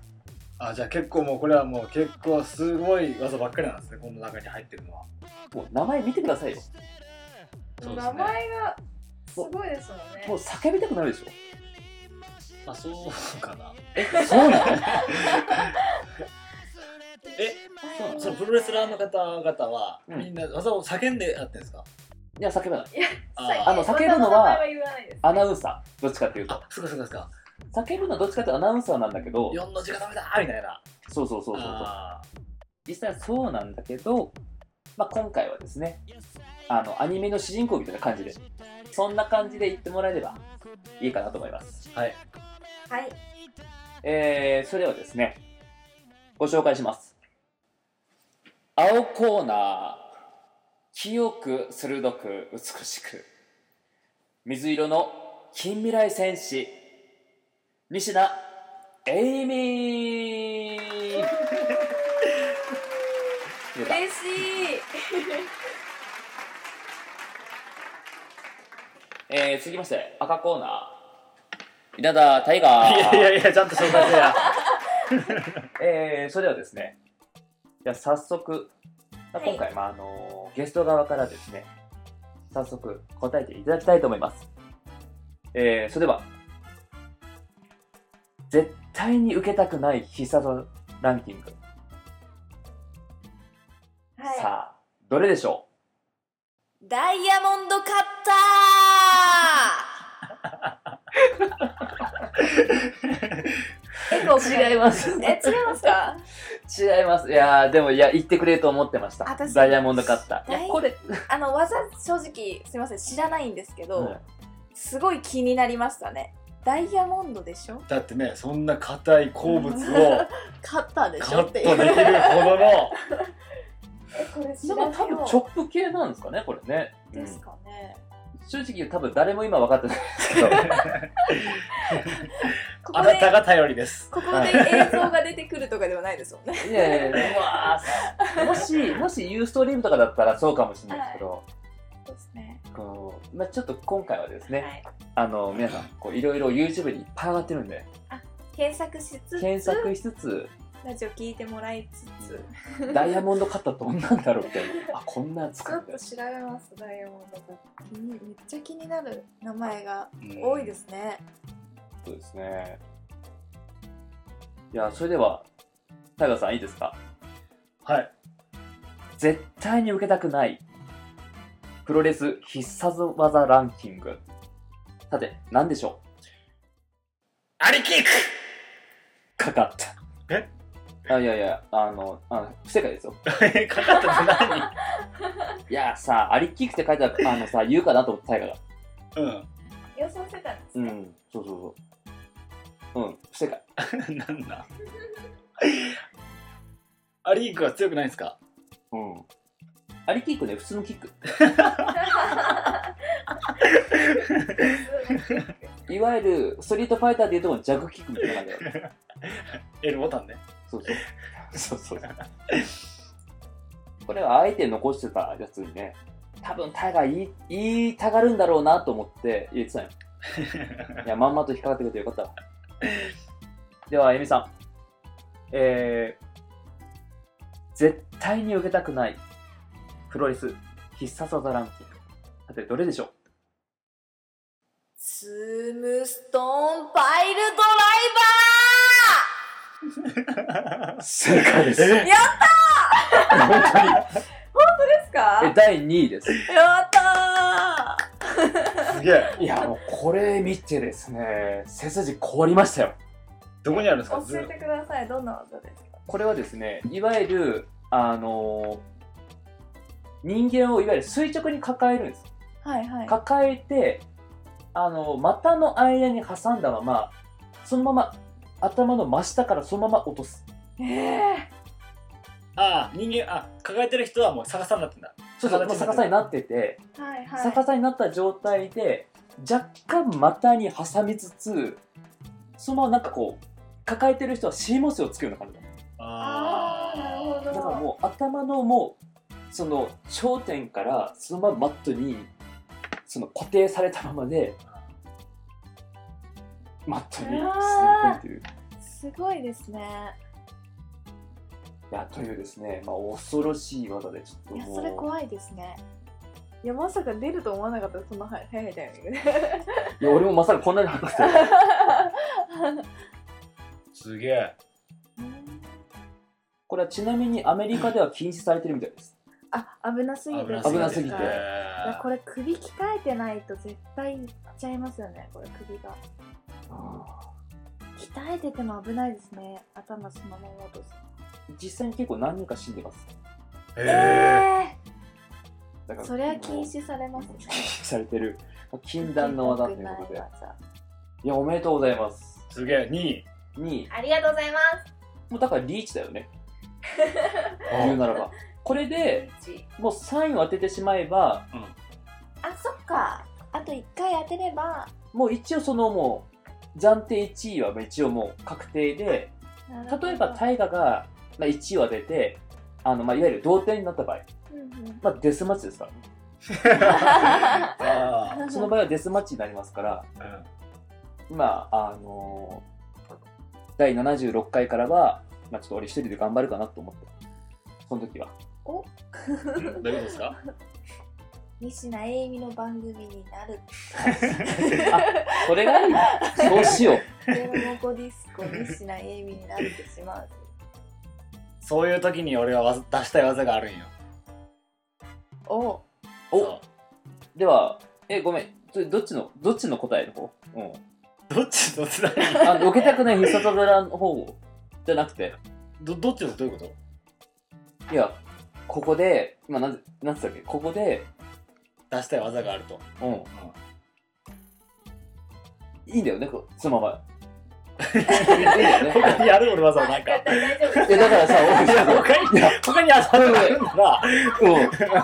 あ、じゃあ結構もうこれはもう結構すごい技ばっかりなんですね、この中に入ってるのは。
もう名前見てくださいよ
え
そうですね
名前がすごいですもんね
もう叫びたくなるでしょ
あ、そうかな。
そうなの
え、そのプロレスラーの方々は、
うん
みんな技を叫んでやってるんですか
いや叫ばない
あ
あの叫ぶのは
私名前言わないです
アナウンサーどっちかっていうと
あ、そうかそうかそうか。
叫ぶのはどっちかっていうとアナウンサーなんだけど
4の字がダメだみたいな。
そうそうそうそうそう
あ
実際はそうなんだけど、まあ、今回はですねあのアニメの主人公みたいな感じでそんな感じで言ってもらえればいいかなと思います、
ーはい。
はい
えー、それではですねご紹介します青コーナー清く鋭く美しく水色の近未来戦士西田エイミー出た
嬉しい
えー、続きまして赤コーナー稲田大河
いやいやいや、ちゃんと紹介せや。
えー、それではですねじゃあ早速、まあ
はい
今回、まああのゲスト側からですね早速答えていただきたいと思いますえー、それでは絶対に受けたくない必殺技ランキング、
はい
さあどれでしょ
ダイヤモンドカッタ ー結構違いますえ違いますか
う違いますいやーでもいや言ってくれると思ってました
私
ダイヤモンドカッターい
ダイ
やこれ、
あの技正直すみません知らないんですけど、
うん
すごい気になりましたねダイヤモンドでしょ
だってね、そんな硬い鉱物を
カッターで
カットできるほどの。
えこれ知
で
ら
も
な
多
い
分
よ
チョップ系なんですかねこれね、うん
ですかね、
正直多分誰も今分かってないですけど
こ
あ
こ
なた
で
が頼りです。
ここで映像が出てくるとかではないですもんね
いやいやいやうわーもしもしユーストリームとかだったらそうかもしれないですけど、
そうですね
こうまあ、ちょっと今回はですね、
はい
あの皆さんこういろいろ YouTube にいっぱい上がってるんで
検索しつつ
検索しつ つ
ラジオ聞いてもらいつつ
ダイヤモンドカッターどんなんだろうみたい なあこんなん
ち
使
ょ
う
っ
んだ
と調べますダイヤモンドが気にめっちゃ気になる名前が
うん
多いですね、
そうですねいやそれではタイガーさんいいですか
はい。
絶対に受けたくないプロレス必殺技ランキングさて何でしょ
アリキック
うかかった
え
あいやいやあのあの不正解ですよ
え かかったって
いやさあアリキックって書いてあるあのさ言うかなと思って大河が
何
予想してたんです
う
ね、
んそうそうそううん不正解
うん。なんだアリキックは強くないんですか
うんアリキックね普通のキックいわゆるストリートファイターでいうとこのジャグキックみたいな感じだよ
?L ボタンね。
そう そうそうそうそうこれは相手残してたやつにね多分タイガー言い言いたがるんだろうなと思って言 ってたよいやまんまと引っかかってくれてよかったわではえみさんえー絶対に受けたくないプロレス必殺技ランキングさてどれでし ょう
スムストーンパイルドライ
正解です本
え
当
バ
に
ーで
え第2位です
すかやった
すげえ。
いやもうこれ見てですね背筋凍りましたよ
どこにあるんですか
ー教えてくださいどんな技ですか
これはですねいわゆるあのー人間をいわゆる垂直に抱えるんです
はいはい
抱えてあの股の間に挟んだままそのまま頭の真下からそのまま落とす
ええ
ああ、人間、あ、抱えてる人はもう逆さになってんだ。
そうそうもう逆さになってて、
はいはい。
逆さになった状態で若干股に挟みつつそのままなんかこう抱えてる人はシーモスをつくような感じだ
あーなるほど
だからもう頭のもうその頂点からそのままマットにその固定されたままでマットに沈み込んでる
すごいですね
いやというですね、まあ、恐ろしい技でちょっと
いや
もう
それ怖いですねいやまさか出ると思わなかったそんな早早いタイミングで
いや俺もまさかこんなに話してる
すげえ
これはちなみにアメリカでは禁止されてるみたいです
あ危なすぎて
すぎて危なすぎて
いやこれ首鍛えてないと絶対いっちゃいますよねこれ首が鍛えてても危ないですね頭そのまま落とす
実際に結構何人か死んでます
へえ
え
だから
ー、それは禁
禁
止されますね
止されてるまあ禁断の技ということで
聞たくない技
いやおめでとうございます
すげえ2位
に
ありがとうございま
もうだからリーチだよ ね言うならばこれです
うち
もう3位を当ててしまえば
あそっかあと1回当てれば
もう一応そのもう暫定1位は一応もう確定で
なるほど
例えば大河が、まあ、1位を当ててあの、まあ、いわゆる同点になった場合、
うんうん
まあ、デスマッチですからね
あ
その場合はデスマッチになりますから
あ
今あのー第76回からは、まあ、ちょっと俺一人で頑張るかなと思ってその時は
うん大丈夫ですか
西名えみの番組になる
それがいいなそうしよう
ベロモコディスコ西名えみになってしまう
そういう時に俺はわざ出したい技があるんよ
お
お
そ
ではえごめんそれどっちのどっちの答えの方うん
うどっちどっちだ
あの受けたくない必殺技の方じゃなくて
どどっちのどういうこと
いやここで今なんてなんつったっけここで
出したい技があると
うん、いいんだよねこそのままいいんだよね
他 にやる俺技はなんか
大丈夫
いやだからさ俺
いや他に
いや
他に技があるんだ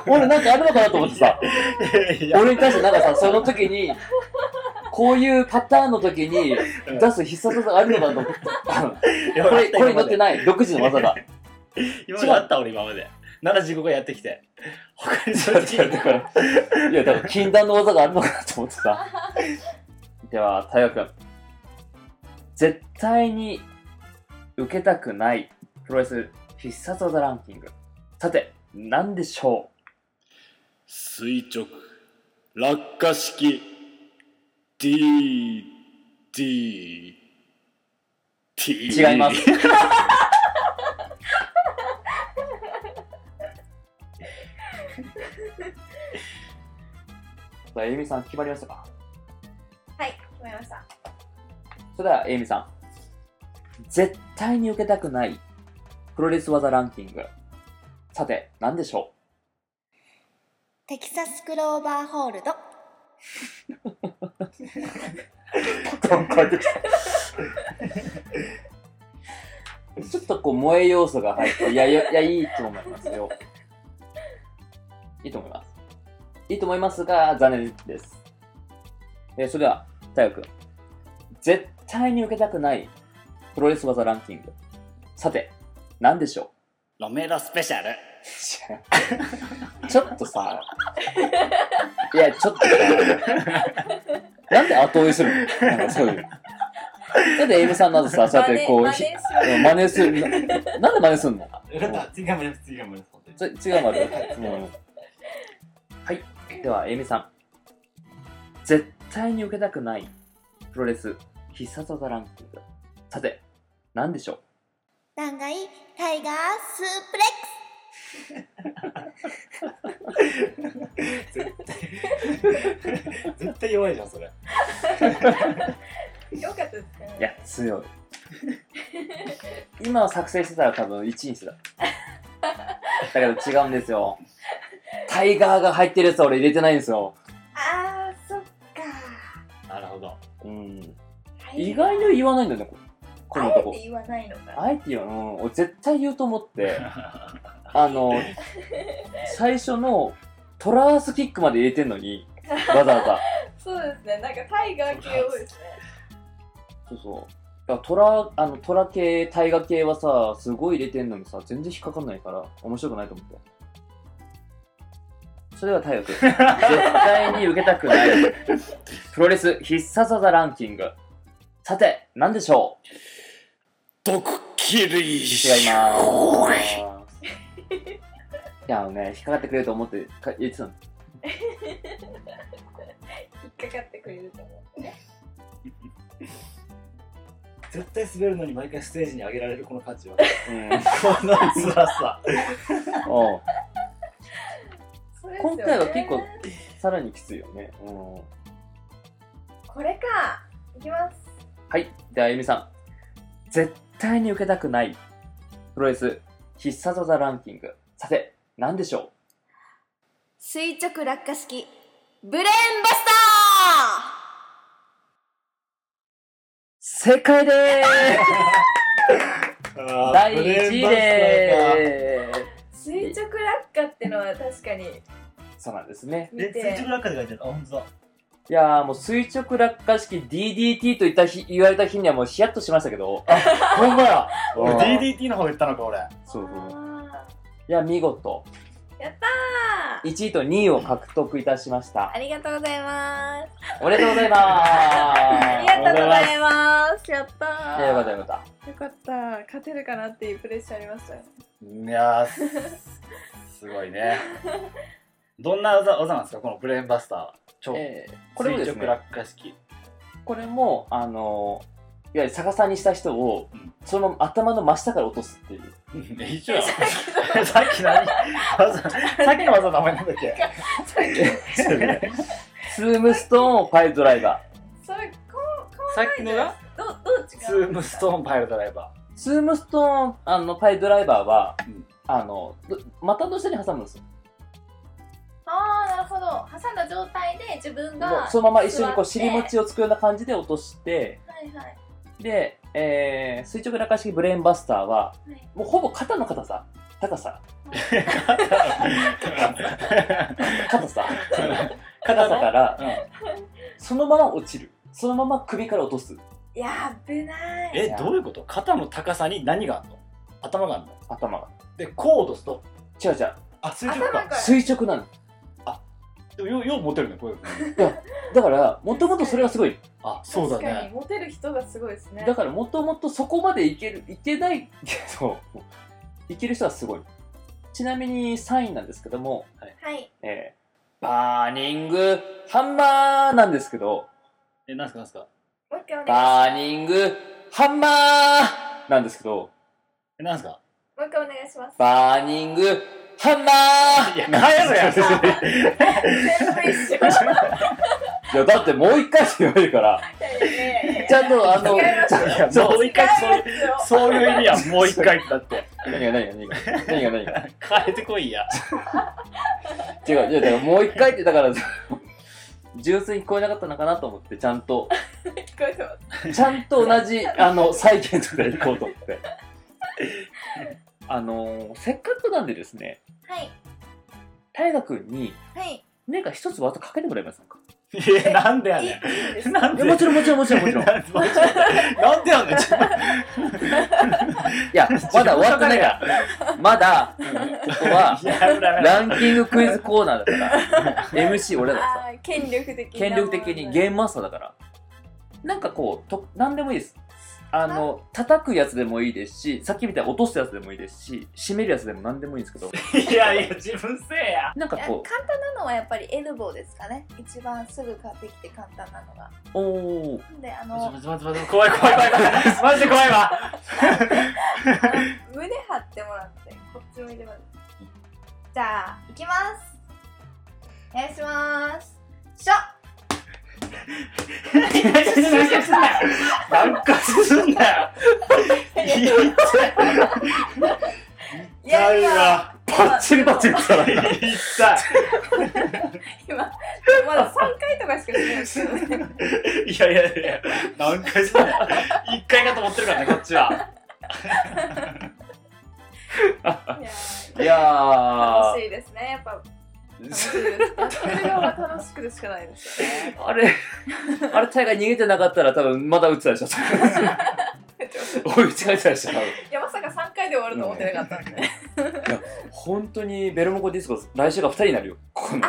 うん、俺なんかあるのかなと思ってさ
いやいや
俺に対してなんかさその時 にこういうパターンの時に
うん
出す必殺技があるのかなと思って
い
た
や
これ
あった
これに乗って
今まで
ない独自の 技だ
今まであった俺今まで75回やってきて他にそれ
だからいやだから禁断の技があるのかなと思って さでは太陽君絶対に受けたくないプロレス必殺技ランキングさて何でしょ
垂直落下式 DDT
う違いますさあえみさん決まりましたか
はい決まりました
それでは、エイミさん。絶対に受けたくないプロレス技ランキング。さて、何でしょ
テキサスクローバーホールド
う ちょっとこう、萌え要素が入って、いや、いや、いやいいと思いますよ。いいと思います。いいと思いますが、残念です。えーそれでは、太陽君。絶対に受けたくないプロレス技ランキング。さて、何でしょう
ロメロスペシャル
ちょっとさ、いや、ちょっとさ、なんで後追いするのなんかそういう。なんでエイムさんなどさ、そうやってこう、
真似
ひ
真似しよう
真似する。ななんで真似すんの
次頑張ります 次頑張ります
ちょ違うまで。うんはい。では、エイムさん。絶対に受けたくないプロレス必殺技ランキング。さて、何でしょう
断崖タイガースープレックス
絶対弱いじゃんそれ
よかったですか
いや、強い。 今作成してたら多分1位にしてた。だけど違うんですよ。タイガーが入ってるやつは俺入れてないんですよ。
あーそっか
なるほど
うん。意外に言わないんだよね、ここのと
あえ
こ
て。言わないのか
あえて言うの、うん、俺絶対言うと思って、あ の、最初のトラースキックまで入れてんのに、わざわざ。
そうですねなんかタイガー系多いですね
そうそう。だからトラ、あの、トラ系、タイガ系はさ、すごい入れてんのにさ、全然引っかかんないから、面白くないと思って。それはタイガ 君。絶対に受けたくない。プロレス必殺技ランキング。さて、何でしょう
毒キリ
違います。いや、あのね、引っかかってくれると思ってか言ってたの。
引っかかってくれると思うね
絶対滑るのに毎回ステージに上げられるこの感じは
うん。
この辛さ
おう
そうですよ
今
ね
回は結構、さらにきついよね。うん。
これかいきます
はい。では、あゆみさん。絶対に受けたくない。プロレス必殺技ランキング。さて、何でしょ
垂直落下式ブレーンバスタ
う正解でーす第1位でー
垂直落下ってのは確かに
すそうなんですね。
見
え垂
て
直落下で書いてあるあ本当だ
いやーもう垂直落下式 DDT と言った日言われた日にはもうヒヤッとしましたけ ど。
ほんま や
うん
俺 DDT の方言ったのか俺
そうそう。
あ
いや、見事。
ーやったー
1位と2位を獲得いたしました。
ありがとうございます
おめでとうございま
ありが
ー
とうございますやった
す。い
ー
やよかったよかった。
よかった勝てるかなっていうプレッシャーありましたよ
いやーすすごいねどんな技技なんですかこのブレーンバスターは超、
えーこれもです
垂直
ね、
落下 式
これも、あのー、いわゆる逆さにした人を
うん、
そのまま頭の真下から落とすっていう。
うん一緒やん さっき何技 さっきの技の名前なんだっけ
スームストーンをパイルドライバ
それこうこ
さっきのが
うどうどう違う
スームストーンパイルドライバ
ー。スームストーン、あの、パイルドライバーは、
うん
あの、ど股の下に挟むんですよ。
ああなるほど挟んだ状態で自分が
そのまま一緒にこう、
座って
尻餅をつくような感じで落として、
はいはい
で、えー、垂直落下式ブレーンバスターは、もうほぼ肩の硬さ、高さ、
ー
硬さ、高さから、
うん
そのまま落ちる。そのまま首から落とす。
いやー危ない
えどういうこと肩の高さに何があるの頭があるの
頭が。
でこう落とすと
違う違う。
あ垂直
頭
か
が
垂直なの。
でもようよう持てるねこういうの
だから、もともとそれがすごい。
あそうだ
確かに
ね
モテる人がすごいですね
だから、もともとそこまでいける、いけない けど、いける人はすごい。ちなみに3位なんですけども、
はい
えー、バーニングハンマーなんですけど、
えなんすかなんすか
もう一回お願いし
バ
ま
ーニングハンマーなんですけど、
えなんすか
すもう一回お願いします
バーニングハンマー
いや何それ
全部一緒い
いや、だってもう一回って言われるから、
や いやいやいや
ちゃんとあの、
違いますよ
ちゃんと
もう一回 そういう
違うやつを
そういう意 味やもう一回だって
何が何が何が何が何が
変えてこいや
違う違うだからもう一回ってだから 純粋に聞こえなかったのかなと思ってちゃんと
聞こえてます
ちゃんと同 じあの再現とかでいこうと思ってあのせっかくなんでですね
はい
大河君に
はい
何か一つ技かけてもらえませんか
えなんでや
いいい
ね
いんです
ん
か
なん
い
で
やもちろんもちろんもちろんもちろんい
なんでなんでや ねんちょっ
やまだ終わってないからまだここは
といやダメだ
ランキングクイズコーナーだから MC 俺だからさ
あー権力的な
権力的にゲームマスターだからなんかこうと何でもいいですあの叩くやつでもいいですしさっきみたいに落とすやつでもいいですし締めるやつでも何でもいいんですけど
いやいや自分せえや
なんか
いや
こ
簡単なのはやっぱりエルボーですかね一番すぐ買ってきて簡単なのが
うおー
なんであ
待
の
って待って待って怖い怖い怖い怖いマジで怖いわ
胸張ってもらってこっち向いてもらってじゃあ行きますお願いしますしょ
なんかすんなよなんかすんなよいや痛い
いやいや
わ
パッチリパッチリしたら
痛い
今まだ3回とかしかしてないですけ どね
いやいやいや何回すんなよ一回かと思ってるからねこっちはい
やー
いや
楽
ー
しいですねやっぱ楽 しいです。やってる側が楽しくてしかないですよね。
あれ、あれ、タイが逃げてなかったら、多分まだ打ってたでしょ。おい、打ち返ってたでしょ、多分。
いやまさか3回で終わると思ってなかったんで。
本当にベルモコディスコ、来週が2人になるよ。ここの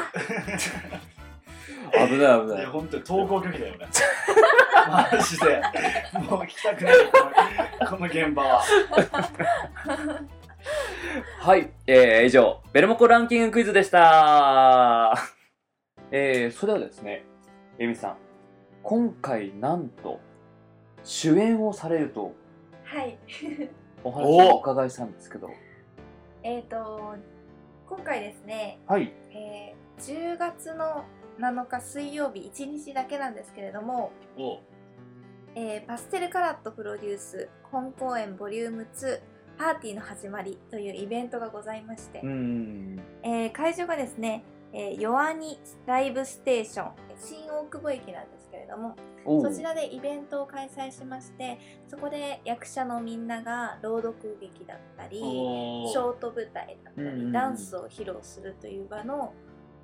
危ない、危
い
ない
や、。本当に投稿拒否だ よね。マジで。もう聞きたくない、このこの現場は。
はい、えー、以上、ベルモコランキングクイズでした。 えー、それではですね、エミさん、今回なんと、主演をされると
はい。
お話をお伺いしたんですけど、
えっ、と今回ですね、
はい、
えー10月の7日水曜日1日だけなんですけれども、
おう
えーパステルカラットプロデュース本公演ボリューム2パーティーの始まりというイベントがございまして、
うーん、
えー会場がですね、えー、ヨアニライブステーション新大久保駅なんですけれども
お
そちらでイベントを開催しましてそこで役者のみんなが朗読劇だったりシ
お
ョート舞台だった
うんうんう
り
ん
ダンスを披露するという場の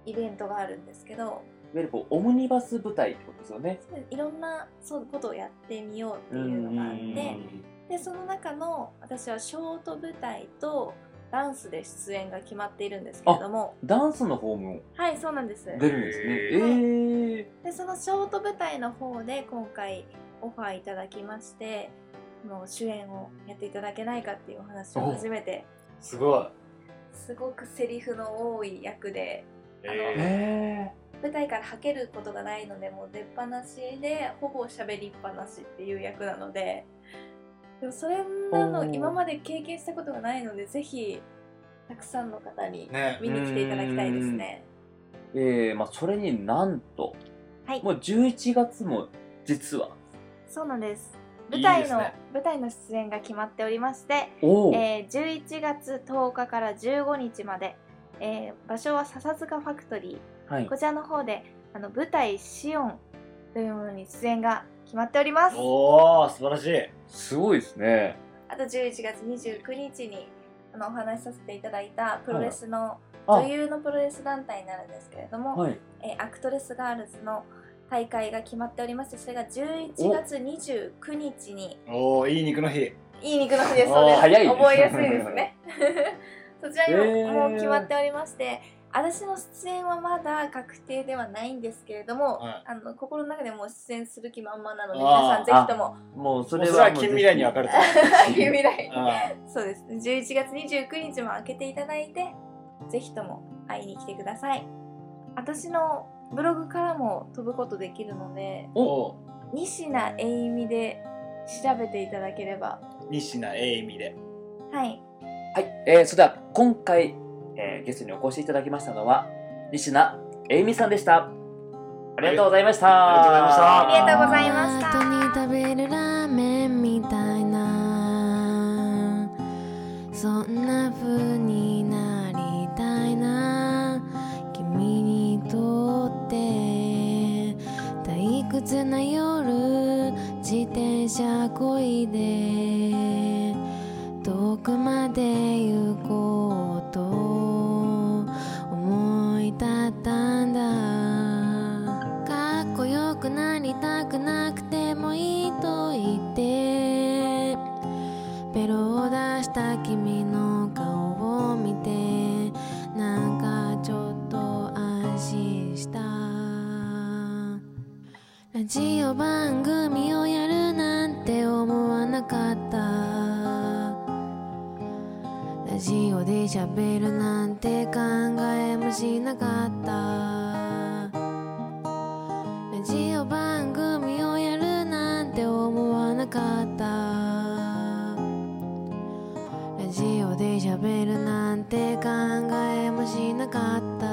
イベントがあるんですけど
いわゆるこうオムニバス舞台ってことですよね。
いろんなそうことをやってみようっていうのがあ
う
っ
んうんう
て。
ん
でその中の私はショート舞台とダンスで出演が決まっているんですけれども
ダンスの方も
はいそうなんです
出るんですね。
へ
えー、
でそのショート舞台の方で今回オファーいただきましてもう主演をやっていただけないかっていうお話を初めて
すごい。
すごくセリフの多い役で
え
え
舞台からはけることがないのでもう出っ放しでほぼ喋りっぱなしっていう役なのででもそれな
お
の
ー
今まで経験したことがないのでぜひたくさんの方に
ー、ね
見に来ていただきたいですね。
えー、まあそれになんと、
はい
もう11月も実は、
そうなんです。
い
舞
い
台
です
の
ね
舞台の出演が決まっておりまして、
おお、
えー、11月10日から15日まで、えー場所は笹塚ファクトリ
はい
ー。こちらの方であの舞台シオンというものに出演が決まっております。
おお素晴らしい。
すごいですね。
あと11月29日にあのお話しさせていただいたプロレスの、
あ
女優のプロレス団体になるんですけれども、
はい。
えーアクトレスガールズの大会が決まっておりましてそれが11月29日に
おおいい肉の日。
いい肉の日で
あ
す
ー
そうです
早いね
覚えやすいですね そちらにも,、
えー
もう決まっておりまして私の出演はまだ確定ではないんですけれども、
はい
あの心の中でもう出演する気満々なので
あー
皆さんぜひとも
もうそ
そ
れ
れ
は
は
もう
近未来にわかると
ぜ
思
近未来
う。うん
そうですね11月29日も開けていただいてぜひとも会いに来てください私のブログからも飛ぶことできるので
おう
仁科えいみで調べていただければ
西名えいみで。
はい
ひはい。えー、それでは今回、えー、ゲストにお越しいただきましたのは西名えみさんでした。ありがとうございました。
ありがとうございました
ありがとうございました
後に食べるラーメンみたいなそんな風になりたいな君にとって退屈な夜自転車こいで遠くまで行こうと思い立ったんだかっこよくなりたくなくてもいいと言ってベロを出した君の顔を見てなんかちょっと安心したラジオ番組をやるなんて思わなかったラジオで喋るなんて考えもしなかったラジオ番組をやるなんて思わなかったラジオで喋るなんて考えもしなかった